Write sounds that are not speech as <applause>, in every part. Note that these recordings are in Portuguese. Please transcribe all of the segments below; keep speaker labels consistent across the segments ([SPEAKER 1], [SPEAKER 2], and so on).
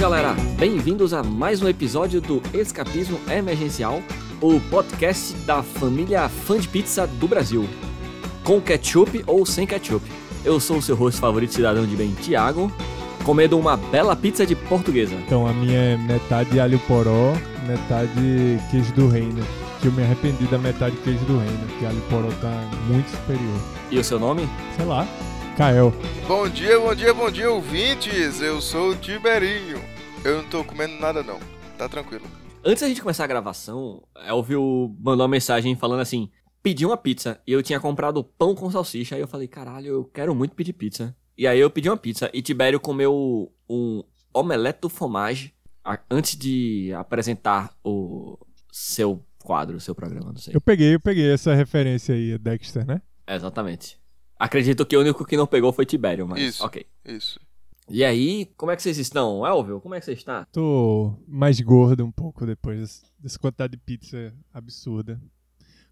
[SPEAKER 1] galera, bem-vindos a mais um episódio do Escapismo Emergencial, o podcast da família fã de pizza do Brasil. Com ketchup ou sem ketchup. Eu sou o seu host favorito cidadão de bem, Thiago, comendo uma bela pizza de portuguesa.
[SPEAKER 2] Então, a minha é metade alho poró, metade queijo do reino. Que eu me arrependi da metade queijo do reino, que alho poró tá muito superior.
[SPEAKER 1] E o seu nome?
[SPEAKER 2] Sei lá, Kael.
[SPEAKER 3] Bom dia, bom dia, bom dia, ouvintes! Eu sou o Tiberinho. Eu não tô comendo nada, não. Tá tranquilo.
[SPEAKER 1] Antes da gente começar a gravação, é, Elvio mandou uma mensagem falando assim: pedi uma pizza e eu tinha comprado pão com salsicha. Aí eu falei: caralho, eu quero muito pedir pizza. E aí eu pedi uma pizza e Tibério comeu um omelete do fromage a- antes de apresentar o seu quadro, o seu programa, não sei.
[SPEAKER 2] Eu peguei, eu peguei essa referência aí, Dexter, né?
[SPEAKER 1] Exatamente. Acredito que o único que não pegou foi Tibério, mas
[SPEAKER 3] Isso.
[SPEAKER 1] ok.
[SPEAKER 3] Isso.
[SPEAKER 1] E aí, como é que vocês estão? Elvio, como é que você está?
[SPEAKER 2] Tô mais gordo um pouco depois desse- dessa quantidade de pizza absurda.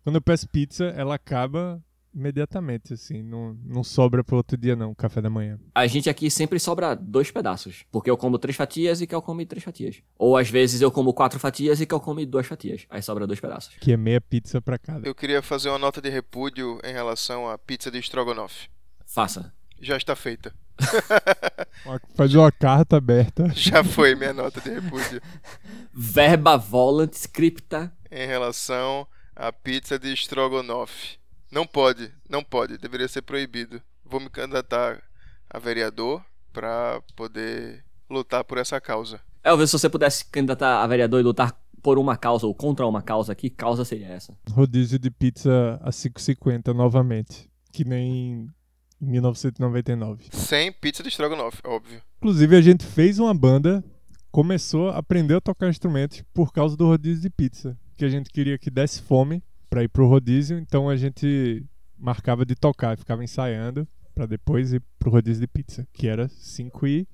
[SPEAKER 2] Quando eu peço pizza, ela acaba imediatamente, assim. Não, não sobra pro outro dia, não, café da manhã.
[SPEAKER 1] A gente aqui sempre sobra dois pedaços. Porque eu como três fatias e que eu come três fatias. Ou às vezes eu como quatro fatias e que eu come duas fatias. Aí sobra dois pedaços.
[SPEAKER 2] Que é meia pizza pra cada.
[SPEAKER 3] Eu queria fazer uma nota de repúdio em relação à pizza de estrogonofe.
[SPEAKER 1] Faça.
[SPEAKER 3] Já está feita. <laughs>
[SPEAKER 2] Ó, Faz uma carta aberta.
[SPEAKER 3] Já foi minha nota de repúdio
[SPEAKER 1] Verba volant scripta.
[SPEAKER 3] em relação à pizza de estrogonofe. Não pode, não pode. Deveria ser proibido. Vou me candidatar a vereador pra poder lutar por essa causa.
[SPEAKER 1] Elvio, se você pudesse candidatar a vereador e lutar por uma causa ou contra uma causa, que causa seria essa?
[SPEAKER 2] rodízio de pizza a 5,50 novamente, que nem em 1999.
[SPEAKER 3] Sem pizza de estrogonofe, óbvio.
[SPEAKER 2] Inclusive, a gente fez uma banda, começou a aprender a tocar instrumentos por causa do rodízio de pizza, que a gente queria que desse fome pra ir pro rodízio, então a gente marcava de tocar, ficava ensaiando pra depois ir pro rodízio de pizza, que era 5 e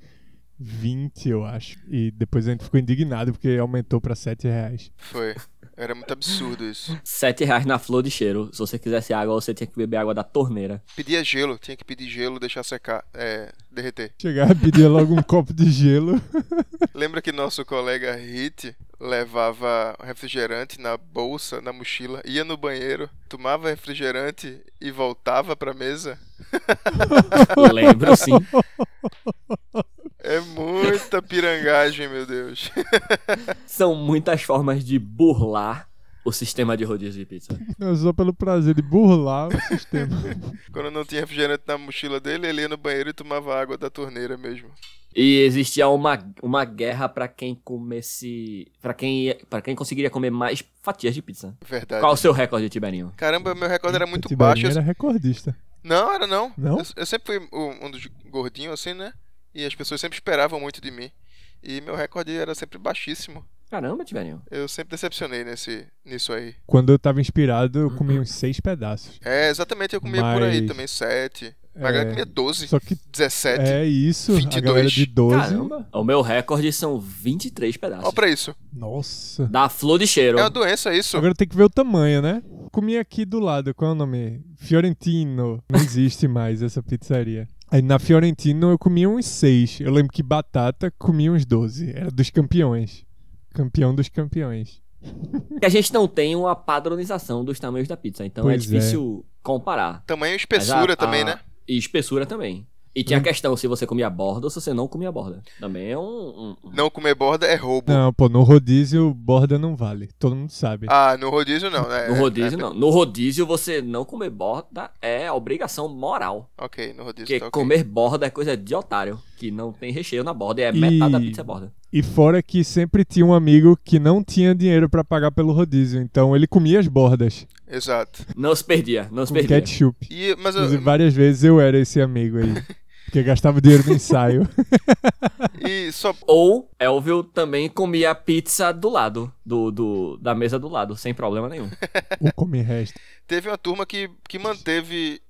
[SPEAKER 2] 20, eu acho. E depois a gente ficou indignado porque aumentou pra 7 reais.
[SPEAKER 3] Foi. Era muito absurdo isso.
[SPEAKER 1] Sete reais na flor de cheiro. Se você quisesse água, você tinha que beber água da torneira.
[SPEAKER 3] Pedia gelo, tinha que pedir gelo, deixar secar, é, derreter. <laughs>
[SPEAKER 2] Chegava e pedia logo um copo de gelo.
[SPEAKER 3] Lembra que nosso colega Hit levava refrigerante na bolsa, na mochila, ia no banheiro, tomava refrigerante e voltava pra mesa?
[SPEAKER 1] Lembro sim.
[SPEAKER 3] É muita pirangagem, meu Deus. <laughs>
[SPEAKER 1] São muitas formas de burlar o sistema de rodízio de pizza.
[SPEAKER 2] Não, só pelo prazer de burlar
[SPEAKER 3] <laughs>
[SPEAKER 2] o sistema.
[SPEAKER 3] Quando não tinha refrigerante na mochila dele, ele ia no banheiro e tomava água da torneira mesmo.
[SPEAKER 1] E existia uma, uma guerra pra quem comesse. Pra quem, pra quem conseguiria comer mais fatias de pizza.
[SPEAKER 3] Verdade.
[SPEAKER 1] Qual o seu recorde, Tiberinho?
[SPEAKER 3] Caramba, meu recorde era muito
[SPEAKER 2] Tiberinho
[SPEAKER 3] baixo. eu-
[SPEAKER 2] era recordista.
[SPEAKER 3] Não, era não.
[SPEAKER 2] Não?
[SPEAKER 3] Eu, eu sempre fui um um dos gordinhos assim, né? E as pessoas sempre esperavam muito de mim. E meu recorde era sempre baixíssimo.
[SPEAKER 1] Caramba, Tiberinho.
[SPEAKER 3] Eu sempre decepcionei nesse, nisso aí.
[SPEAKER 2] Quando eu tava inspirado, eu comi uns seis pedaços.
[SPEAKER 3] É, exatamente, eu comia por aí
[SPEAKER 2] Mas-
[SPEAKER 3] também, 7.
[SPEAKER 2] É,
[SPEAKER 3] Mas galera comia 12,
[SPEAKER 2] Só que
[SPEAKER 3] 17.
[SPEAKER 2] é isso, a
[SPEAKER 3] 22.
[SPEAKER 2] galera de 12.
[SPEAKER 1] Caramba. O meu recorde são 23
[SPEAKER 3] Olha
[SPEAKER 1] pedaços.
[SPEAKER 3] pra isso.
[SPEAKER 2] Nossa.
[SPEAKER 1] Da flor de cheiro.
[SPEAKER 3] É uma doença isso.
[SPEAKER 2] Agora tem que ver o tamanho, né? Comi aqui do lado, qual é o nome? Fiorentino. Não existe mais essa pizzaria. Aí na Fiorentino eu comi uns seis. Eu lembro que batata comi uns 12. Era dos campeões. Campeão dos campeões.
[SPEAKER 1] Que a gente não tem uma padronização dos tamanhos da pizza. Então é
[SPEAKER 2] Pois é.
[SPEAKER 1] difícil comparar.
[SPEAKER 3] Tamanho e
[SPEAKER 1] Mas ah,
[SPEAKER 3] espessura
[SPEAKER 1] a-
[SPEAKER 3] também,
[SPEAKER 1] a-
[SPEAKER 3] né?
[SPEAKER 1] E espessura também. E tinha a
[SPEAKER 2] Hum.
[SPEAKER 1] questão se você comia borda ou se você não comia borda. Também é um. um- um-
[SPEAKER 3] Não comer borda é roubo.
[SPEAKER 2] Não, pô, no rodízio borda não vale. Todo mundo sabe.
[SPEAKER 3] Ah, no rodízio não, né?
[SPEAKER 1] No
[SPEAKER 3] É-
[SPEAKER 1] rodízio,
[SPEAKER 3] é-
[SPEAKER 1] não. No rodízio, você não comer borda é obrigação moral.
[SPEAKER 3] Ok, no rodízio
[SPEAKER 1] Porque
[SPEAKER 3] tá ok.
[SPEAKER 1] comer borda é coisa de otário, que não tem recheio na borda, e é
[SPEAKER 2] E-
[SPEAKER 1] metade da pizza é borda.
[SPEAKER 2] E fora que sempre tinha um amigo que não tinha dinheiro pra pagar pelo rodízio, então ele comia as bordas
[SPEAKER 3] Exato.
[SPEAKER 1] Não se perdia, não se
[SPEAKER 2] com
[SPEAKER 1] perdia.
[SPEAKER 2] ketchup.
[SPEAKER 3] E, mas ah, eu-
[SPEAKER 2] Inclusive, várias vezes eu era esse amigo
[SPEAKER 3] <laughs>
[SPEAKER 2] aí, que gastava o dinheiro no ensaio.
[SPEAKER 3] e só
[SPEAKER 1] Ou Elvio também comia pizza do lado, do, do- da mesa do lado, sem problema nenhum.
[SPEAKER 2] Ou come resto.
[SPEAKER 3] teve uma turma que, que manteve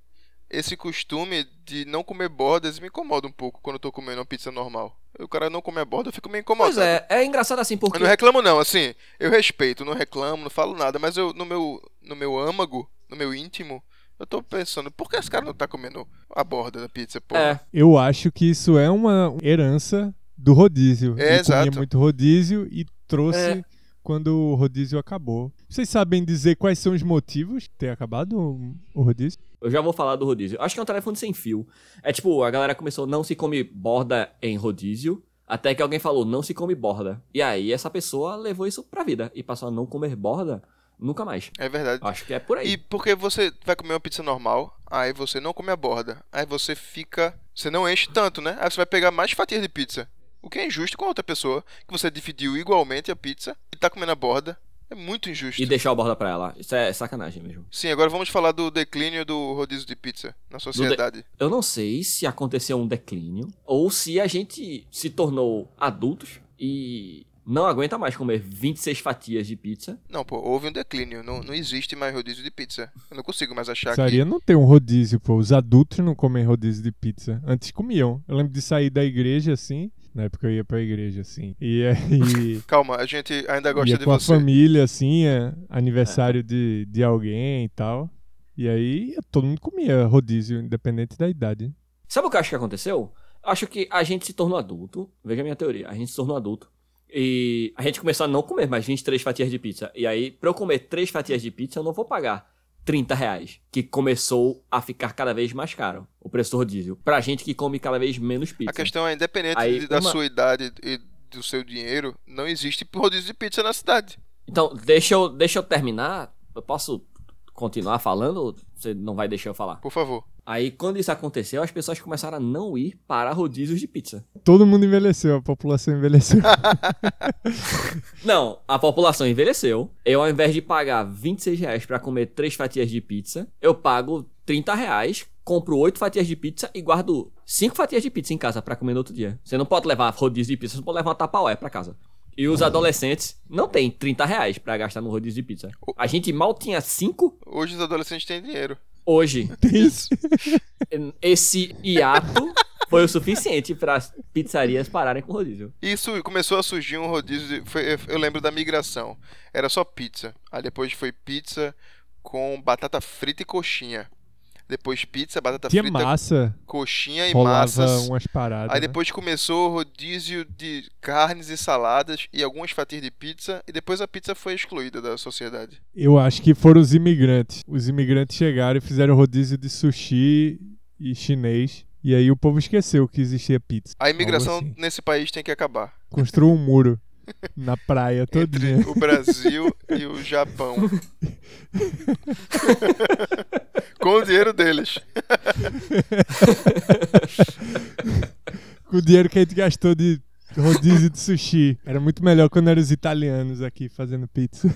[SPEAKER 3] esse costume de não comer bordas e me incomoda um pouco quando eu tô comendo uma pizza normal. O cara não comer borda, eu fico meio incomodado.
[SPEAKER 1] pois é, é engraçado assim, porque
[SPEAKER 3] Eu não reclamo não, assim, eu respeito, não reclamo, não falo nada, mas eu no meu no meu âmago, no meu íntimo, eu tô pensando, por que esse cara não tá comendo a borda da pizza, pô?
[SPEAKER 1] é,
[SPEAKER 2] Eu acho que isso é uma herança do rodízio.
[SPEAKER 3] É,
[SPEAKER 2] ele comia
[SPEAKER 3] exato.
[SPEAKER 2] muito rodízio e trouxe
[SPEAKER 1] É.
[SPEAKER 2] quando o rodízio acabou. Vocês sabem dizer quais são os motivos de ter acabado o o rodízio?
[SPEAKER 1] Eu já vou falar do rodízio. Acho que é um telefone sem fio. É tipo, a galera começou, não se come borda em rodízio, até que alguém falou, não se come borda. E aí essa pessoa levou isso pra vida e passou a não comer borda nunca mais.
[SPEAKER 3] É verdade.
[SPEAKER 1] Acho que é por aí.
[SPEAKER 3] E porque você vai comer uma pizza normal, aí você não come a borda, aí você fica. Você não enche tanto, né? Aí você vai pegar mais fatias de pizza. O que é injusto com a outra pessoa, que você dividiu igualmente a pizza e tá comendo a borda. É muito injusto.
[SPEAKER 1] E, deixar a borda pra ela. Isso é sacanagem mesmo.
[SPEAKER 3] Sim, agora vamos falar do declínio do rodízio de pizza na sociedade.
[SPEAKER 1] Eu não sei se aconteceu um declínio ou se a gente se tornou adultos e não aguenta mais comer 26 fatias de pizza.
[SPEAKER 3] Não, pô, houve um declínio. Não, não existe mais rodízio de pizza. Eu não consigo mais achar que.
[SPEAKER 2] Precisaria não ter um rodízio, pô. Os adultos não comem rodízio de pizza. Antes comiam. Eu lembro de sair da igreja assim. Na época eu ia pra igreja assim. E
[SPEAKER 3] <laughs>
[SPEAKER 2] aí.
[SPEAKER 3] Calma, a gente ainda
[SPEAKER 2] ia
[SPEAKER 3] gosta de
[SPEAKER 2] com a
[SPEAKER 3] você. tá.
[SPEAKER 2] família, assim, é, aniversário de, de alguém e tal. E aí todo mundo comia rodízio, independente da idade.
[SPEAKER 1] Sabe o que eu acho que aconteceu? Acho que a gente se tornou adulto. Veja a minha teoria. A gente se tornou adulto. E a gente começou a não comer mais 23 fatias de pizza. E aí, pra eu comer 3 fatias de pizza, eu não vou pagar 30 reais. Que começou a ficar cada vez mais caro. O preço do rodízio. Pra gente que come cada vez menos pizza.
[SPEAKER 3] A questão é, independente
[SPEAKER 1] Aí,
[SPEAKER 3] de- da
[SPEAKER 1] uma-
[SPEAKER 3] sua idade e do seu dinheiro, não existe <laughs> rodízio de pizza na cidade.
[SPEAKER 1] Então, deixa eu, deixa eu terminar. Eu posso continuar falando? ou Você não vai deixar eu falar?
[SPEAKER 3] Por favor.
[SPEAKER 1] Aí, quando isso aconteceu, as pessoas começaram a não ir para rodízios de pizza.
[SPEAKER 2] Todo mundo envelheceu, a população
[SPEAKER 3] <laughs>
[SPEAKER 2] envelheceu.
[SPEAKER 1] Não, a população envelheceu. Eu, ao invés de pagar 26 reais pra comer três fatias de pizza, eu pago 30 reais, compro oito fatias de pizza e guardo cinco fatias de pizza em casa pra comer no outro dia. Você não pode levar rodízio de pizza, você não pode levar uma tapaué pra casa. E os adolescentes não têm 30 reais pra gastar no rodízio de pizza. A gente mal tinha cinco
[SPEAKER 3] Hoje os adolescentes têm dinheiro.
[SPEAKER 1] hoje.
[SPEAKER 2] Tem isso.
[SPEAKER 1] esse hiato foi o suficiente para as pizzarias pararem com o rodízio.
[SPEAKER 3] Isso começou a surgir um rodízio. de- foi- eu lembro da migração. Era só pizza. Aí depois foi pizza com batata frita e coxinha. Depois pizza, batata
[SPEAKER 2] Tinha
[SPEAKER 3] frita,
[SPEAKER 2] massa,
[SPEAKER 3] coxinha e
[SPEAKER 2] rolava
[SPEAKER 3] massas.
[SPEAKER 2] umas paradas.
[SPEAKER 3] Aí
[SPEAKER 2] né?
[SPEAKER 3] depois começou o rodízio de carnes e saladas e algumas fatias de pizza. E depois a pizza foi excluída da sociedade.
[SPEAKER 2] Eu acho que foram os imigrantes. Os imigrantes chegaram e fizeram rodízio de sushi e chinês. E aí o povo esqueceu que existia pizza.
[SPEAKER 3] A imigração
[SPEAKER 2] assim.
[SPEAKER 3] nesse país tem que acabar.
[SPEAKER 2] Construiu um muro na praia
[SPEAKER 3] Entre
[SPEAKER 2] todinha.
[SPEAKER 3] o Brasil e o Japão.
[SPEAKER 2] <laughs>
[SPEAKER 3] <laughs> Com o dinheiro deles.
[SPEAKER 2] Com o dinheiro que a gente gastou de rodízio de sushi. Era muito melhor quando eram os italianos aqui fazendo pizza.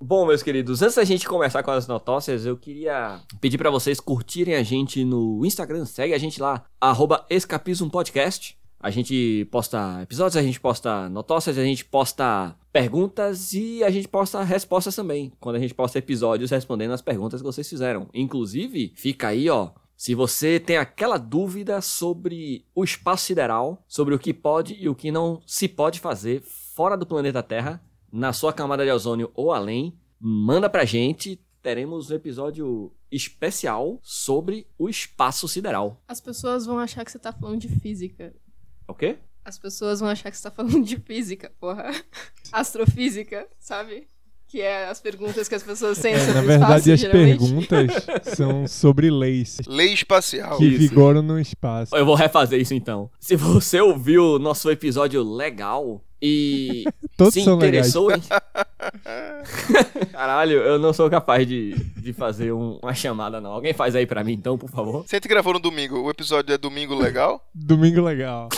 [SPEAKER 1] Bom, meus queridos, antes da gente começar com as notócias, eu queria pedir para vocês curtirem a gente no Instagram, segue a gente lá, arroba escapismpodcast. A gente posta episódios, a gente posta notócias, a gente posta perguntas e a gente posta respostas também. Quando a gente posta episódios respondendo as perguntas que vocês fizeram. Inclusive, fica aí, ó, Se você tem aquela dúvida sobre o espaço sideral, sobre o que pode e o que não se pode fazer fora do planeta Terra, na sua camada de ozônio ou além, manda pra gente. Teremos um episódio especial sobre o espaço sideral.
[SPEAKER 4] As pessoas vão achar que você tá falando de física.
[SPEAKER 1] É O quê?
[SPEAKER 4] As pessoas vão achar que você tá falando de física, porra. Astrofísica, sabe? Que é as perguntas que as pessoas têm sobre
[SPEAKER 2] É, Na
[SPEAKER 4] o espaço,
[SPEAKER 2] verdade, as
[SPEAKER 4] É geralmente.
[SPEAKER 2] perguntas são sobre leis
[SPEAKER 3] Lei espacial.
[SPEAKER 2] que
[SPEAKER 1] Isso.
[SPEAKER 2] vigoram no espaço.
[SPEAKER 1] Eu vou refazer isso então. Se você ouviu o nosso episódio legal e
[SPEAKER 2] <laughs> Todos
[SPEAKER 1] se
[SPEAKER 2] são legais.
[SPEAKER 1] interessou em. Caralho, eu não sou capaz de, de fazer um- uma chamada, não. Alguém faz aí pra mim então, por favor.
[SPEAKER 3] Você te gravou no domingo. O episódio é domingo
[SPEAKER 2] <laughs>
[SPEAKER 3] legal?
[SPEAKER 1] <laughs>
[SPEAKER 2] Domingo legal.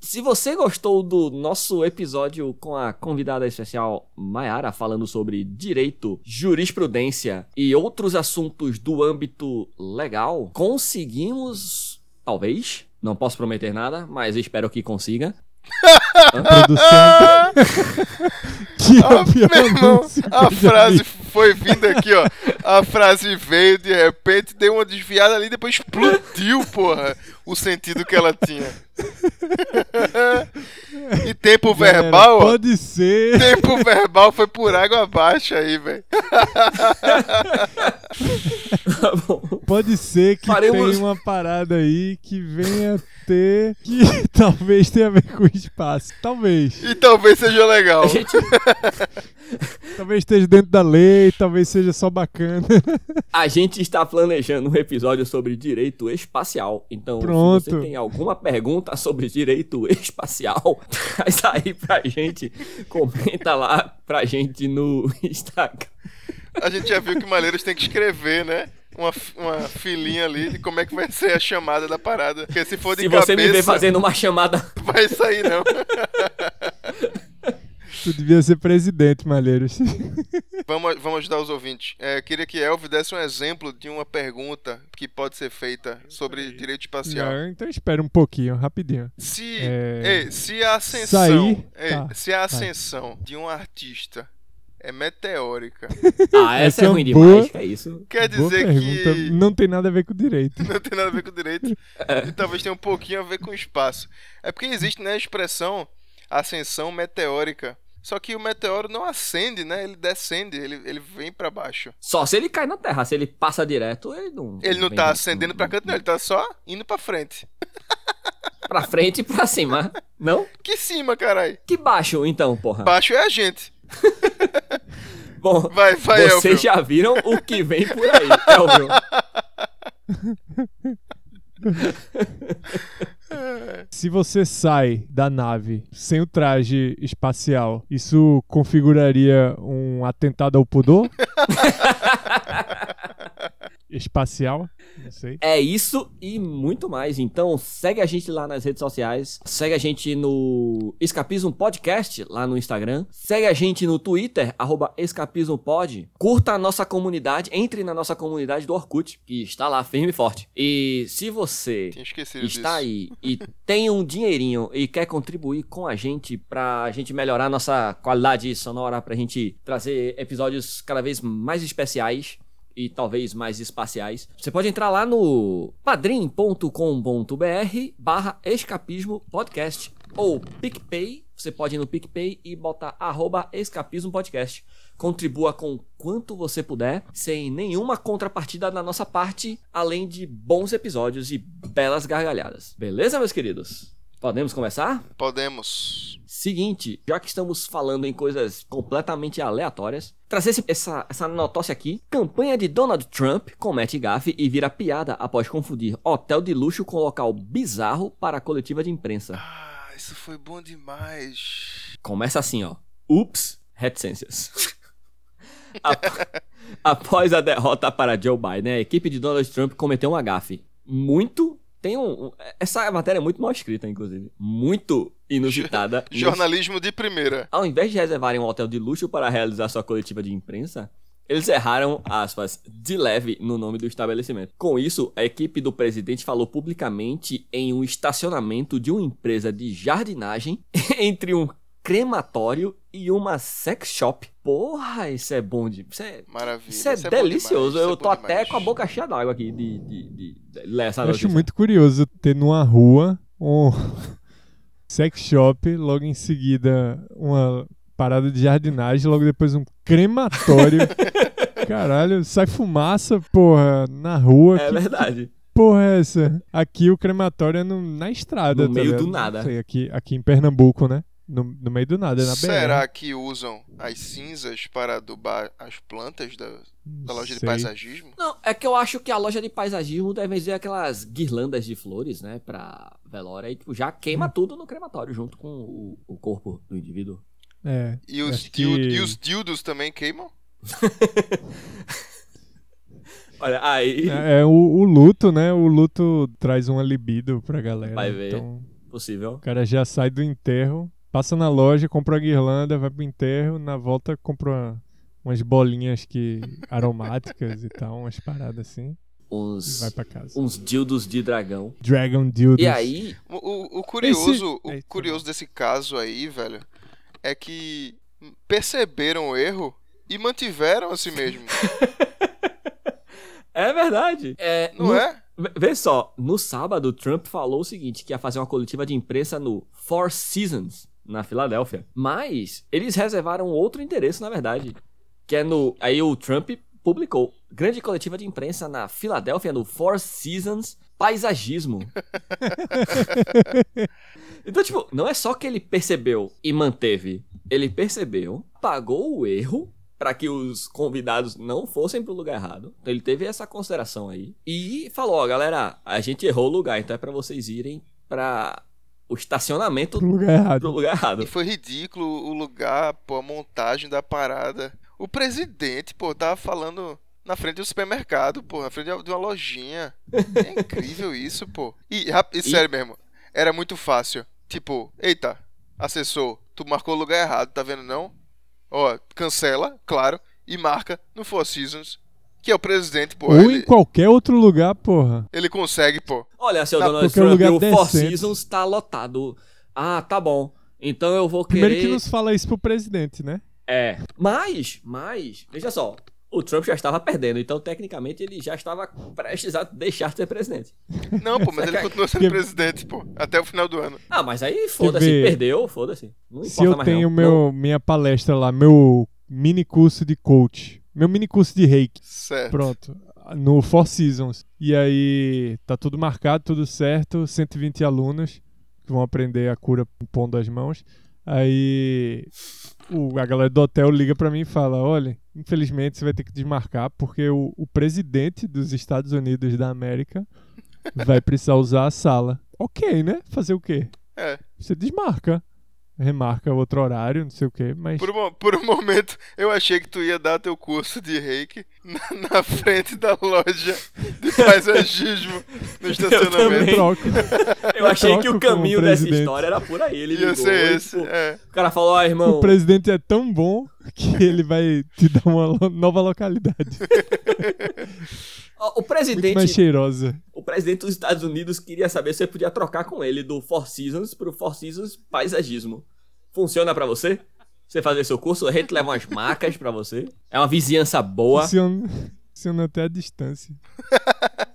[SPEAKER 1] Se você gostou do nosso episódio com a convidada especial Mayara falando sobre direito, jurisprudência e outros assuntos do âmbito legal, conseguimos, talvez, não posso prometer nada, mas espero que consiga. <laughs>
[SPEAKER 3] <laughs>
[SPEAKER 2] Produção. que
[SPEAKER 3] Ah,
[SPEAKER 2] pior
[SPEAKER 3] meu irmão,
[SPEAKER 2] anúncio que eu
[SPEAKER 3] a
[SPEAKER 2] Tá <laughs> já
[SPEAKER 3] frase
[SPEAKER 2] vi.
[SPEAKER 3] foi vindo aqui, ó. A frase veio de repente, deu uma desviada ali, depois explodiu, porra, o sentido que ela tinha. <laughs> E tempo
[SPEAKER 2] Galera,
[SPEAKER 3] verbal, ó.
[SPEAKER 2] Pode ser.
[SPEAKER 3] Tempo verbal foi por água abaixo aí, velho.
[SPEAKER 1] Tá bom.
[SPEAKER 2] Pode ser que
[SPEAKER 1] Faremos-
[SPEAKER 2] tenha uma parada aí que venha ter. que <laughs> talvez tenha a ver com espaço. Talvez.
[SPEAKER 3] E talvez seja legal.
[SPEAKER 1] A gente,
[SPEAKER 2] Talvez esteja dentro da lei, talvez seja só bacana. <laughs>
[SPEAKER 1] a gente está planejando um episódio sobre direito espacial. Então, se você
[SPEAKER 2] Pronto.
[SPEAKER 1] tem alguma pergunta sobre direito espacial, <laughs> traz aí pra gente. Comenta lá pra gente no <laughs> Instagram.
[SPEAKER 3] A gente já viu que Malheiros tem que escrever, né? Uma, f- uma filhinha ali de como é que vai ser a chamada da parada. Porque se for de
[SPEAKER 1] Se
[SPEAKER 3] cabeça,
[SPEAKER 1] você me vê fazendo uma <laughs> chamada
[SPEAKER 3] <laughs> vai sair não.
[SPEAKER 2] Tu devia ser presidente, Malheiros.
[SPEAKER 3] Vamos, vamos ajudar os ouvintes. É, eu queria que Elvio desse um exemplo de uma pergunta que pode ser feita sobre direito espacial.
[SPEAKER 2] Não, então espera um pouquinho, rapidinho.
[SPEAKER 3] Se,
[SPEAKER 2] É.
[SPEAKER 3] ei, se a ascensão,
[SPEAKER 2] Sair,
[SPEAKER 3] ei,
[SPEAKER 2] tá,
[SPEAKER 3] se a ascensão de um artista
[SPEAKER 2] <laughs>
[SPEAKER 3] é meteórica,
[SPEAKER 1] Ah, essa,
[SPEAKER 2] Essa
[SPEAKER 1] é
[SPEAKER 2] é
[SPEAKER 1] ruim
[SPEAKER 2] uma
[SPEAKER 1] demais,
[SPEAKER 2] boa.
[SPEAKER 1] que é isso.
[SPEAKER 3] quer
[SPEAKER 2] Boa
[SPEAKER 3] dizer
[SPEAKER 2] pergunta.
[SPEAKER 3] que
[SPEAKER 2] Não tem nada a ver com direito.
[SPEAKER 3] <laughs> não tem nada a ver com direito e talvez tenha um pouquinho a ver com espaço. É porque existe né, a expressão ascensão meteórica. Só que o meteoro não ascende, né? Ele descende, ele, ele vem pra baixo.
[SPEAKER 1] Só se ele cai na terra, se ele passa direto, ele não.
[SPEAKER 3] Ele não
[SPEAKER 1] vem
[SPEAKER 3] tá ascendendo pra
[SPEAKER 1] né?
[SPEAKER 3] canto, não. Ele tá só indo pra frente.
[SPEAKER 1] Pra frente e pra cima. Não?
[SPEAKER 3] Que cima, carai.
[SPEAKER 1] Que baixo, então, porra.
[SPEAKER 3] Baixo é a gente.
[SPEAKER 1] Bom,
[SPEAKER 3] Vai, vai,
[SPEAKER 1] vocês
[SPEAKER 3] Elvio.
[SPEAKER 1] já viram o que vem por aí, Elvio.
[SPEAKER 2] Se você sai da nave sem o traje espacial, isso configuraria um atentado ao pudor? espacial? Não sei.
[SPEAKER 1] É isso e muito mais. Então segue a gente lá nas redes sociais. Segue a gente no Escapismo Podcast lá no Instagram. Segue a gente no Twitter, arroba EscapismoPod. Curta a nossa comunidade, entre na nossa comunidade do Orkut, que está lá firme e forte. E se você
[SPEAKER 3] Tinha esquecido disso.
[SPEAKER 1] está aí e tem um dinheirinho e quer contribuir com a gente pra gente melhorar nossa qualidade sonora, pra gente trazer episódios cada vez mais especiais e talvez mais espaciais. Você pode entrar lá no padrim.com.br barra escapismo podcast ou PicPay. Você pode ir no PicPay e botar arroba escapismo podcast. Contribua com quanto você puder, sem nenhuma contrapartida da nossa parte, além de bons episódios e belas gargalhadas. Beleza, meus queridos? Podemos começar?
[SPEAKER 3] Podemos.
[SPEAKER 1] Seguinte, já que estamos falando em coisas completamente aleatórias, trazer esse- essa, essa notócia aqui. Campanha de Donald Trump comete gafe e vira piada após confundir hotel de luxo com local bizarro para a coletiva de imprensa.
[SPEAKER 3] Ah, isso foi bom demais.
[SPEAKER 1] Começa assim, ó. Ups, reticências. <laughs> Ap- Após a derrota para Joe Biden, a equipe de Donald Trump cometeu um agafe. Muito. Tem um. um- Essa matéria é muito mal escrita, inclusive. Muito inusitada.
[SPEAKER 3] Jornalismo de primeira.
[SPEAKER 1] Ao invés de reservarem um hotel de luxo para realizar sua coletiva de imprensa, eles erraram, aspas, de leve no nome do estabelecimento. Com isso, a equipe do presidente falou publicamente em um estacionamento de uma empresa de jardinagem <laughs> entre um crematório e uma sex shop. Porra, isso é bom de. Isso é,
[SPEAKER 3] Maravilha.
[SPEAKER 1] isso é
[SPEAKER 3] bom
[SPEAKER 1] delicioso.
[SPEAKER 3] demais, isso
[SPEAKER 1] Eu
[SPEAKER 3] é
[SPEAKER 1] tô
[SPEAKER 3] bom
[SPEAKER 1] até
[SPEAKER 3] demais.
[SPEAKER 1] com a boca cheia d'água aqui de, de, de, de ler essa
[SPEAKER 2] Eu acho
[SPEAKER 1] notícia.
[SPEAKER 2] muito curioso ter numa rua um <laughs> sex shop, logo em seguida uma parada de jardinagem, logo depois um crematório. Caralho, sai fumaça, porra, na rua.
[SPEAKER 1] É
[SPEAKER 2] que
[SPEAKER 1] verdade.
[SPEAKER 2] porra é essa? Aqui o crematório é no- na estrada.
[SPEAKER 1] No
[SPEAKER 2] tá
[SPEAKER 1] meio do
[SPEAKER 2] ligado? Não
[SPEAKER 1] nada.
[SPEAKER 2] sei, aqui, aqui em Pernambuco, né? No, no meio do nada, é na BR.
[SPEAKER 3] Será que usam as cinzas para adubar as plantas da,
[SPEAKER 2] Não
[SPEAKER 3] da loja tá de
[SPEAKER 2] sei.
[SPEAKER 3] paisagismo?
[SPEAKER 1] Não, é que eu acho que a loja de paisagismo deve ver aquelas guirlandas de flores, né? Pra velório. Aí, tipo, já queima tudo no crematório junto com o, o corpo do indivíduo.
[SPEAKER 2] É.
[SPEAKER 3] E os,
[SPEAKER 2] Acho que-
[SPEAKER 3] dil- e os dildos também queimam?
[SPEAKER 1] Olha, aí.
[SPEAKER 2] É, é o, o luto, né? O luto traz uma libido pra galera.
[SPEAKER 1] Vai ver.
[SPEAKER 2] Então,
[SPEAKER 1] Possível.
[SPEAKER 2] O cara já sai do enterro, passa na loja, compra uma guirlanda, vai pro enterro, na volta compra uma- umas bolinhas que aromáticas e tal, umas paradas assim, e vai
[SPEAKER 1] Uns,
[SPEAKER 2] pra casa.
[SPEAKER 1] uns dildos de dragão.
[SPEAKER 2] Dragon Dildos.
[SPEAKER 1] E aí,
[SPEAKER 3] O, o- o curioso,
[SPEAKER 2] Esse-
[SPEAKER 3] o
[SPEAKER 2] Eita.
[SPEAKER 3] curioso desse caso aí, velho, é que perceberam o erro e mantiveram a si mesmo.
[SPEAKER 1] é verdade. É,
[SPEAKER 3] Não é?
[SPEAKER 1] V- Vê só, no sábado, o Trump falou o seguinte: que ia fazer uma coletiva de imprensa no Four Seasons, na Filadélfia. Mas eles reservaram outro endereço, na verdade. Que é no. Aí o Trump publicou grande coletiva de imprensa na Filadélfia, no Four Seasons Paisagismo. então, tipo, não é só que ele percebeu e manteve. Ele percebeu, pagou o erro para que os convidados não fossem pro lugar errado. Então, ele teve essa consideração aí e falou, ó, galera, a gente errou o lugar, então é para vocês irem para o estacionamento
[SPEAKER 2] Pro lugar
[SPEAKER 1] pro
[SPEAKER 2] errado.
[SPEAKER 1] lugar errado.
[SPEAKER 3] E foi ridículo o lugar, pô, a montagem da parada. O presidente, pô, tava falando na frente do supermercado, pô, na frente de uma lojinha. É incrível <laughs> isso, pô. E, rap- e sério mesmo, era muito fácil. Tipo, eita, assessor, tu marcou o lugar errado, tá vendo não? Ó, cancela, claro, e marca no Four Seasons, que é o presidente, pô.
[SPEAKER 2] Ou em
[SPEAKER 3] Ele,
[SPEAKER 2] qualquer outro lugar, porra.
[SPEAKER 3] ele consegue, pô.
[SPEAKER 1] Olha, seu
[SPEAKER 3] Tá,
[SPEAKER 1] Donald
[SPEAKER 2] porque
[SPEAKER 1] Trump,
[SPEAKER 2] é um lugar
[SPEAKER 1] o Four
[SPEAKER 2] decente.
[SPEAKER 1] Seasons tá lotado. Ah, tá bom. Então eu vou querer...
[SPEAKER 2] Primeiro que nos fala isso pro presidente, né?
[SPEAKER 1] É. Mas, mas, veja só, o Trump já estava perdendo, então tecnicamente ele já estava prestes a deixar de ser presidente.
[SPEAKER 3] Não, pô, mas ele
[SPEAKER 1] Saca-
[SPEAKER 3] continua sendo
[SPEAKER 2] Porque-
[SPEAKER 3] presidente, pô, até o final do ano.
[SPEAKER 1] Ah, mas aí foda-se,
[SPEAKER 2] vê,
[SPEAKER 1] perdeu, foda-se. Não
[SPEAKER 2] Se
[SPEAKER 1] importa
[SPEAKER 2] eu
[SPEAKER 1] mais
[SPEAKER 2] tenho
[SPEAKER 1] não.
[SPEAKER 2] meu, minha palestra lá, meu mini curso de coach, meu mini curso de reiki,
[SPEAKER 3] Certo.
[SPEAKER 2] pronto, no Four Seasons. E aí tá tudo marcado, tudo certo, 120 alunos que vão aprender a cura pondo as mãos. Aí o- a galera do hotel liga pra mim e fala: olha, infelizmente você vai ter que desmarcar porque o, o presidente dos Estados Unidos
[SPEAKER 1] <laughs>
[SPEAKER 2] da América vai precisar usar a sala. Ok, né? Fazer o quê?
[SPEAKER 3] É.
[SPEAKER 2] Você desmarca. Remarca outro horário, não sei o quê, mas.
[SPEAKER 3] Por um, mo- por um momento eu achei que tu ia dar teu curso de reiki na, na frente da loja de paisagismo no
[SPEAKER 2] <laughs> Eu
[SPEAKER 1] também.
[SPEAKER 3] estacionamento.
[SPEAKER 2] troco.
[SPEAKER 1] <laughs> Eu achei que
[SPEAKER 2] troco
[SPEAKER 1] o
[SPEAKER 2] com o
[SPEAKER 1] caminho dessa
[SPEAKER 2] presidente.
[SPEAKER 1] história era por aí. Ele
[SPEAKER 3] Ia
[SPEAKER 1] ligou,
[SPEAKER 3] ser
[SPEAKER 1] e,
[SPEAKER 3] esse.
[SPEAKER 1] pô,
[SPEAKER 3] É.
[SPEAKER 1] O cara falou, ó, irmão,
[SPEAKER 2] O presidente é tão bom que ele vai te dar uma lo- nova localidade.
[SPEAKER 1] ó, o
[SPEAKER 2] Muito mais
[SPEAKER 1] presidente,
[SPEAKER 2] cheirosa.
[SPEAKER 1] o presidente dos Estados Unidos queria saber se você podia trocar com ele do Four Seasons pro Four Seasons Paisagismo. Funciona pra você? Você fazer seu curso, a gente leva umas macas pra você. É uma vizinhança boa.
[SPEAKER 2] Funciona, funciona até a distância.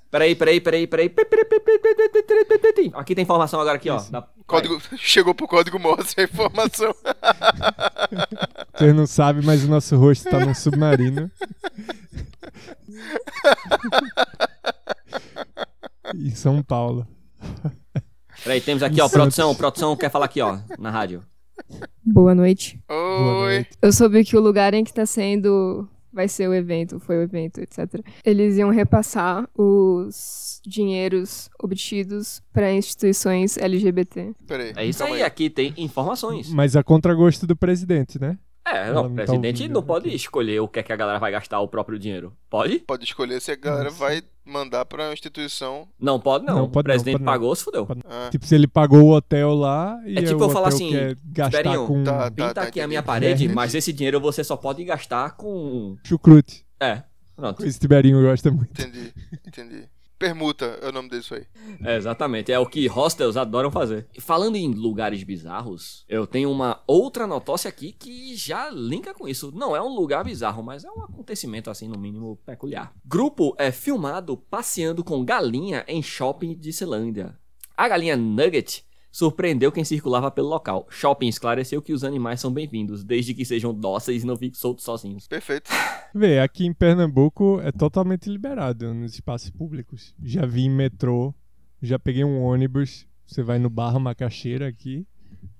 [SPEAKER 1] Peraí, peraí, peraí, peraí. Pi, pi, pi, pi, pi, pi, pi, pi, pi, pi. Aqui tem informação agora aqui, ó. Da...
[SPEAKER 3] Código, chegou pro código Morse a informação.
[SPEAKER 2] Vocês não sabem, mas o nosso rosto tá num submarino. <laughs> em São Paulo.
[SPEAKER 1] Peraí, temos aqui, ó.
[SPEAKER 2] Santos.
[SPEAKER 1] Produção, produção quer falar aqui, ó, na rádio.
[SPEAKER 4] Boa noite.
[SPEAKER 2] <laughs> Boa
[SPEAKER 3] Oi.
[SPEAKER 2] noite.
[SPEAKER 4] Eu soube que o lugar em que tá sendo. Vai ser o evento, foi o evento, etc. Eles iam repassar os dinheiros obtidos para instituições LGBT.
[SPEAKER 3] Peraí.
[SPEAKER 1] É isso
[SPEAKER 3] calma
[SPEAKER 1] aí, aqui tem informações.
[SPEAKER 2] Mas a contragosto do presidente, né?
[SPEAKER 1] É,
[SPEAKER 2] Ela
[SPEAKER 1] não,
[SPEAKER 2] não
[SPEAKER 1] o
[SPEAKER 2] tá
[SPEAKER 1] presidente
[SPEAKER 2] ouvindo,
[SPEAKER 1] não
[SPEAKER 2] né?
[SPEAKER 1] pode escolher o que é que a galera vai gastar o próprio dinheiro. Pode?
[SPEAKER 3] Pode escolher se a galera vai mandar pra uma instituição.
[SPEAKER 1] Não, pode não.
[SPEAKER 2] Não,
[SPEAKER 1] o
[SPEAKER 2] pode não,
[SPEAKER 1] presidente
[SPEAKER 2] pode não.
[SPEAKER 1] pagou, se fudeu.
[SPEAKER 3] Ah,
[SPEAKER 2] Tipo, se ele pagou o hotel lá e
[SPEAKER 1] É tipo eu
[SPEAKER 2] o
[SPEAKER 1] falar
[SPEAKER 2] hotel
[SPEAKER 1] assim,
[SPEAKER 2] quer gastar
[SPEAKER 1] Esperinho,
[SPEAKER 2] com
[SPEAKER 3] tá. É.
[SPEAKER 1] Pinta aqui a minha parede, mas esse dinheiro você só pode gastar com.
[SPEAKER 2] chucrute.
[SPEAKER 1] É. Pronto.
[SPEAKER 2] Esse Tiberinho gosta muito.
[SPEAKER 3] entendi, entendi. Permuta é o nome disso aí.
[SPEAKER 1] É, exatamente. É o que hostels adoram fazer. E Falando em lugares bizarros, eu tenho uma outra notócia aqui que já linka com isso. Não é um lugar bizarro, mas é um acontecimento, assim, no mínimo, peculiar. Grupo é filmado passeando com galinha em shopping de Islândia. A galinha Nugget surpreendeu quem circulava pelo local. Shopping esclareceu que os animais são bem-vindos, desde que sejam dóceis e não fiquem soltos sozinhos.
[SPEAKER 3] Perfeito.
[SPEAKER 2] Vê, aqui em Pernambuco é totalmente liberado nos espaços públicos. Já vi em metrô, já peguei um ônibus. Você vai no Barra Macaxeira aqui,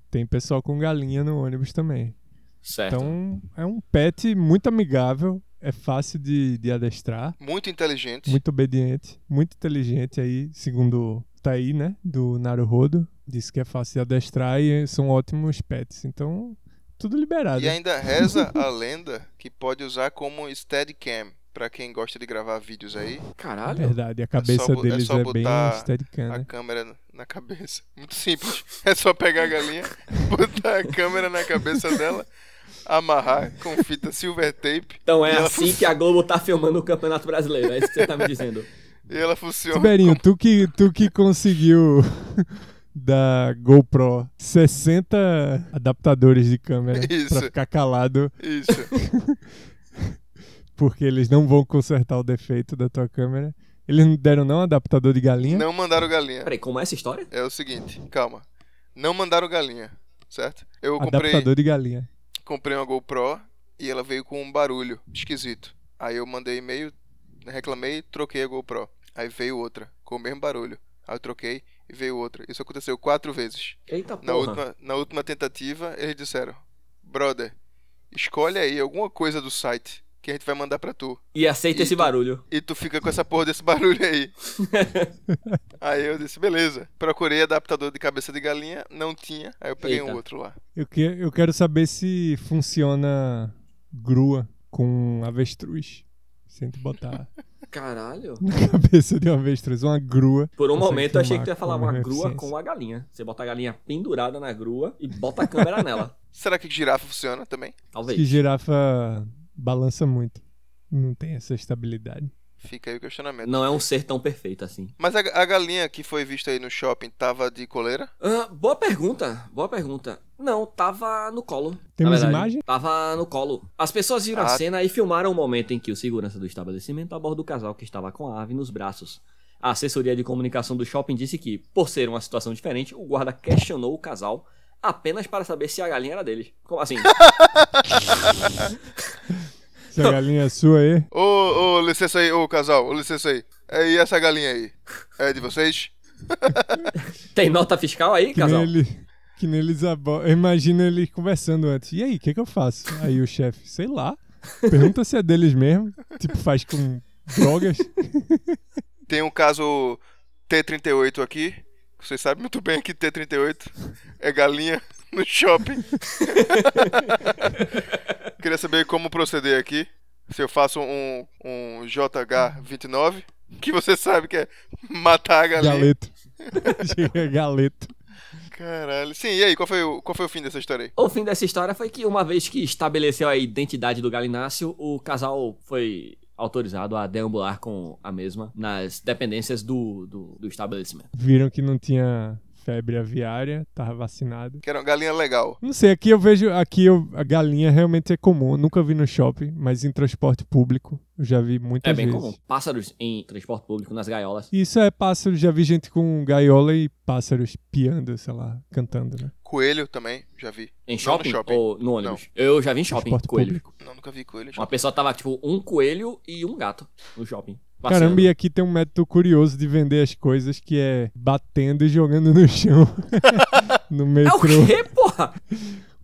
[SPEAKER 2] tem pessoal com galinha no ônibus também.
[SPEAKER 1] Certo.
[SPEAKER 2] Então é um pet muito amigável, é fácil de, de adestrar,
[SPEAKER 3] Muito inteligente.
[SPEAKER 2] muito obediente, muito inteligente aí, segundo tá aí, né, do Naruhodo. Disse que é fácil de adestrar e são ótimos pets. Então, tudo liberado.
[SPEAKER 3] E ainda reza a lenda que pode usar como steadicam. Pra quem gosta de gravar vídeos aí,
[SPEAKER 1] Caralho.
[SPEAKER 2] Verdade, a cabeça
[SPEAKER 3] bo- é
[SPEAKER 2] deles
[SPEAKER 3] só
[SPEAKER 2] é, bem
[SPEAKER 3] botar
[SPEAKER 2] steadicam, né?
[SPEAKER 3] a câmera na cabeça. Muito simples. <laughs> É só pegar a galinha, <laughs> botar a câmera na cabeça dela, amarrar com fita silver tape
[SPEAKER 1] Então é
[SPEAKER 3] Não.
[SPEAKER 1] assim que a Globo tá filmando o Campeonato Brasileiro. É isso que você tá me
[SPEAKER 3] <laughs>
[SPEAKER 1] dizendo.
[SPEAKER 3] e ela funciona.
[SPEAKER 2] Tiberinho, tu que, tu que conseguiu <laughs> da GoPro 60 adaptadores de câmera
[SPEAKER 3] Isso.
[SPEAKER 2] pra ficar calado,
[SPEAKER 3] como- Isso.
[SPEAKER 2] porque eles não vão consertar o defeito da tua câmera. Eles não deram não adaptador de galinha?
[SPEAKER 3] Não mandaram galinha.
[SPEAKER 1] Peraí, como é essa história?
[SPEAKER 3] É o seguinte, calma. Não mandaram galinha, certo? Eu comprei,
[SPEAKER 2] adaptador de galinha.
[SPEAKER 3] comprei uma GoPro e ela veio com um barulho esquisito. Aí eu mandei e-mail reclamei, troquei a GoPro. Aí veio outra, com o mesmo barulho. Aí eu troquei e veio outra. Isso aconteceu quatro vezes.
[SPEAKER 1] Eita
[SPEAKER 3] Na
[SPEAKER 1] porra.
[SPEAKER 3] última, na última tentativa, eles disseram: Brother, escolhe aí alguma coisa do site que a gente vai mandar pra tu.
[SPEAKER 1] E aceita esse
[SPEAKER 3] Eita.
[SPEAKER 1] barulho.
[SPEAKER 3] E tu fica com essa porra desse <laughs>
[SPEAKER 1] <laughs>
[SPEAKER 3] barulho aí. aí eu disse: beleza. Procurei adaptador de cabeça de galinha, não tinha. Aí eu peguei
[SPEAKER 1] Eita.
[SPEAKER 3] um outro lá.
[SPEAKER 2] Eu, que, eu quero saber se funciona grua com avestruz. Sinto botar <laughs>
[SPEAKER 1] Caralho.
[SPEAKER 2] na cabeça de um avestruz uma grua.
[SPEAKER 1] Por um
[SPEAKER 2] Consegue
[SPEAKER 1] momento eu achei que tu ia falar
[SPEAKER 2] filmar com
[SPEAKER 1] uma
[SPEAKER 2] a
[SPEAKER 1] grua
[SPEAKER 2] eficiência.
[SPEAKER 1] com a galinha. Você bota a galinha pendurada na grua e bota a câmera nela.
[SPEAKER 3] Será que girafa funciona também?
[SPEAKER 1] Talvez.
[SPEAKER 2] Que girafa balança muito. Não tem essa estabilidade.
[SPEAKER 3] Fica aí o questionamento.
[SPEAKER 1] Não é um ser tão perfeito assim.
[SPEAKER 3] Mas a, a galinha que foi vista aí no shopping tava de coleira?
[SPEAKER 1] Ah, boa pergunta, boa pergunta. Não, tava no colo.
[SPEAKER 2] Temos
[SPEAKER 1] na verdade.
[SPEAKER 2] imagem?
[SPEAKER 1] Tava no colo. As pessoas viram a
[SPEAKER 3] Ah.
[SPEAKER 1] cena e filmaram o momento em que o segurança do estabelecimento aborda o casal que estava com a ave nos braços. A assessoria de comunicação do shopping disse que, por ser uma situação diferente, o guarda questionou o casal apenas para saber se a galinha era deles. Como assim?
[SPEAKER 2] Essa galinha é sua aí.
[SPEAKER 3] Ô, ô, licença aí, ô casal, ô, licença aí. É, E essa galinha aí? É de vocês?
[SPEAKER 1] Tem nota fiscal aí,
[SPEAKER 2] Que nem,
[SPEAKER 1] casal?
[SPEAKER 2] ele, que nem eles abo- Imagina ele conversando antes. E aí, o que, que eu faço? Aí o chefe, sei lá. Pergunta se é deles mesmo. Tipo, faz com drogas.
[SPEAKER 3] Tem um caso T38 aqui. Vocês sabem muito bem que T38 é galinha <laughs> no shopping. Queria saber como proceder aqui. Se eu faço um, um JH29, que você sabe que é matar a galinha.
[SPEAKER 2] Galeto. <laughs> Chega galeto.
[SPEAKER 3] Caralho. Sim, e aí, qual foi, o, qual foi o fim dessa história aí?
[SPEAKER 1] O fim dessa história foi que, uma vez que estabeleceu a identidade do Galináceo, o casal foi autorizado a deambular com a mesma nas dependências do, do, do estabelecimento.
[SPEAKER 2] Viram que não tinha febre aviária, tava vacinado.
[SPEAKER 3] Que era uma galinha legal.
[SPEAKER 2] Não sei, aqui eu vejo, aqui eu- a galinha realmente é comum. Eu Nunca vi no shopping, mas em transporte público eu já vi muitas
[SPEAKER 1] É bem
[SPEAKER 2] vezes.
[SPEAKER 1] comum. Pássaros em transporte público, nas gaiolas.
[SPEAKER 2] E Isso é pássaro, já vi gente com gaiola e pássaros piando, sei lá, cantando, né?
[SPEAKER 3] Coelho também, já vi.
[SPEAKER 1] Em
[SPEAKER 3] no
[SPEAKER 1] shopping,
[SPEAKER 3] shopping.
[SPEAKER 1] ou no ônibus? Eu já vi em shopping,
[SPEAKER 2] Transporte
[SPEAKER 1] coelho.
[SPEAKER 2] público.
[SPEAKER 3] Não, nunca vi coelho.
[SPEAKER 1] Uma pessoa tava, tipo, um coelho e um gato no shopping. passeando.
[SPEAKER 2] Caramba, e aqui tem um método curioso de vender as coisas que é batendo e jogando no chão. <laughs> no
[SPEAKER 1] É o
[SPEAKER 2] metrô.
[SPEAKER 1] quê, porra?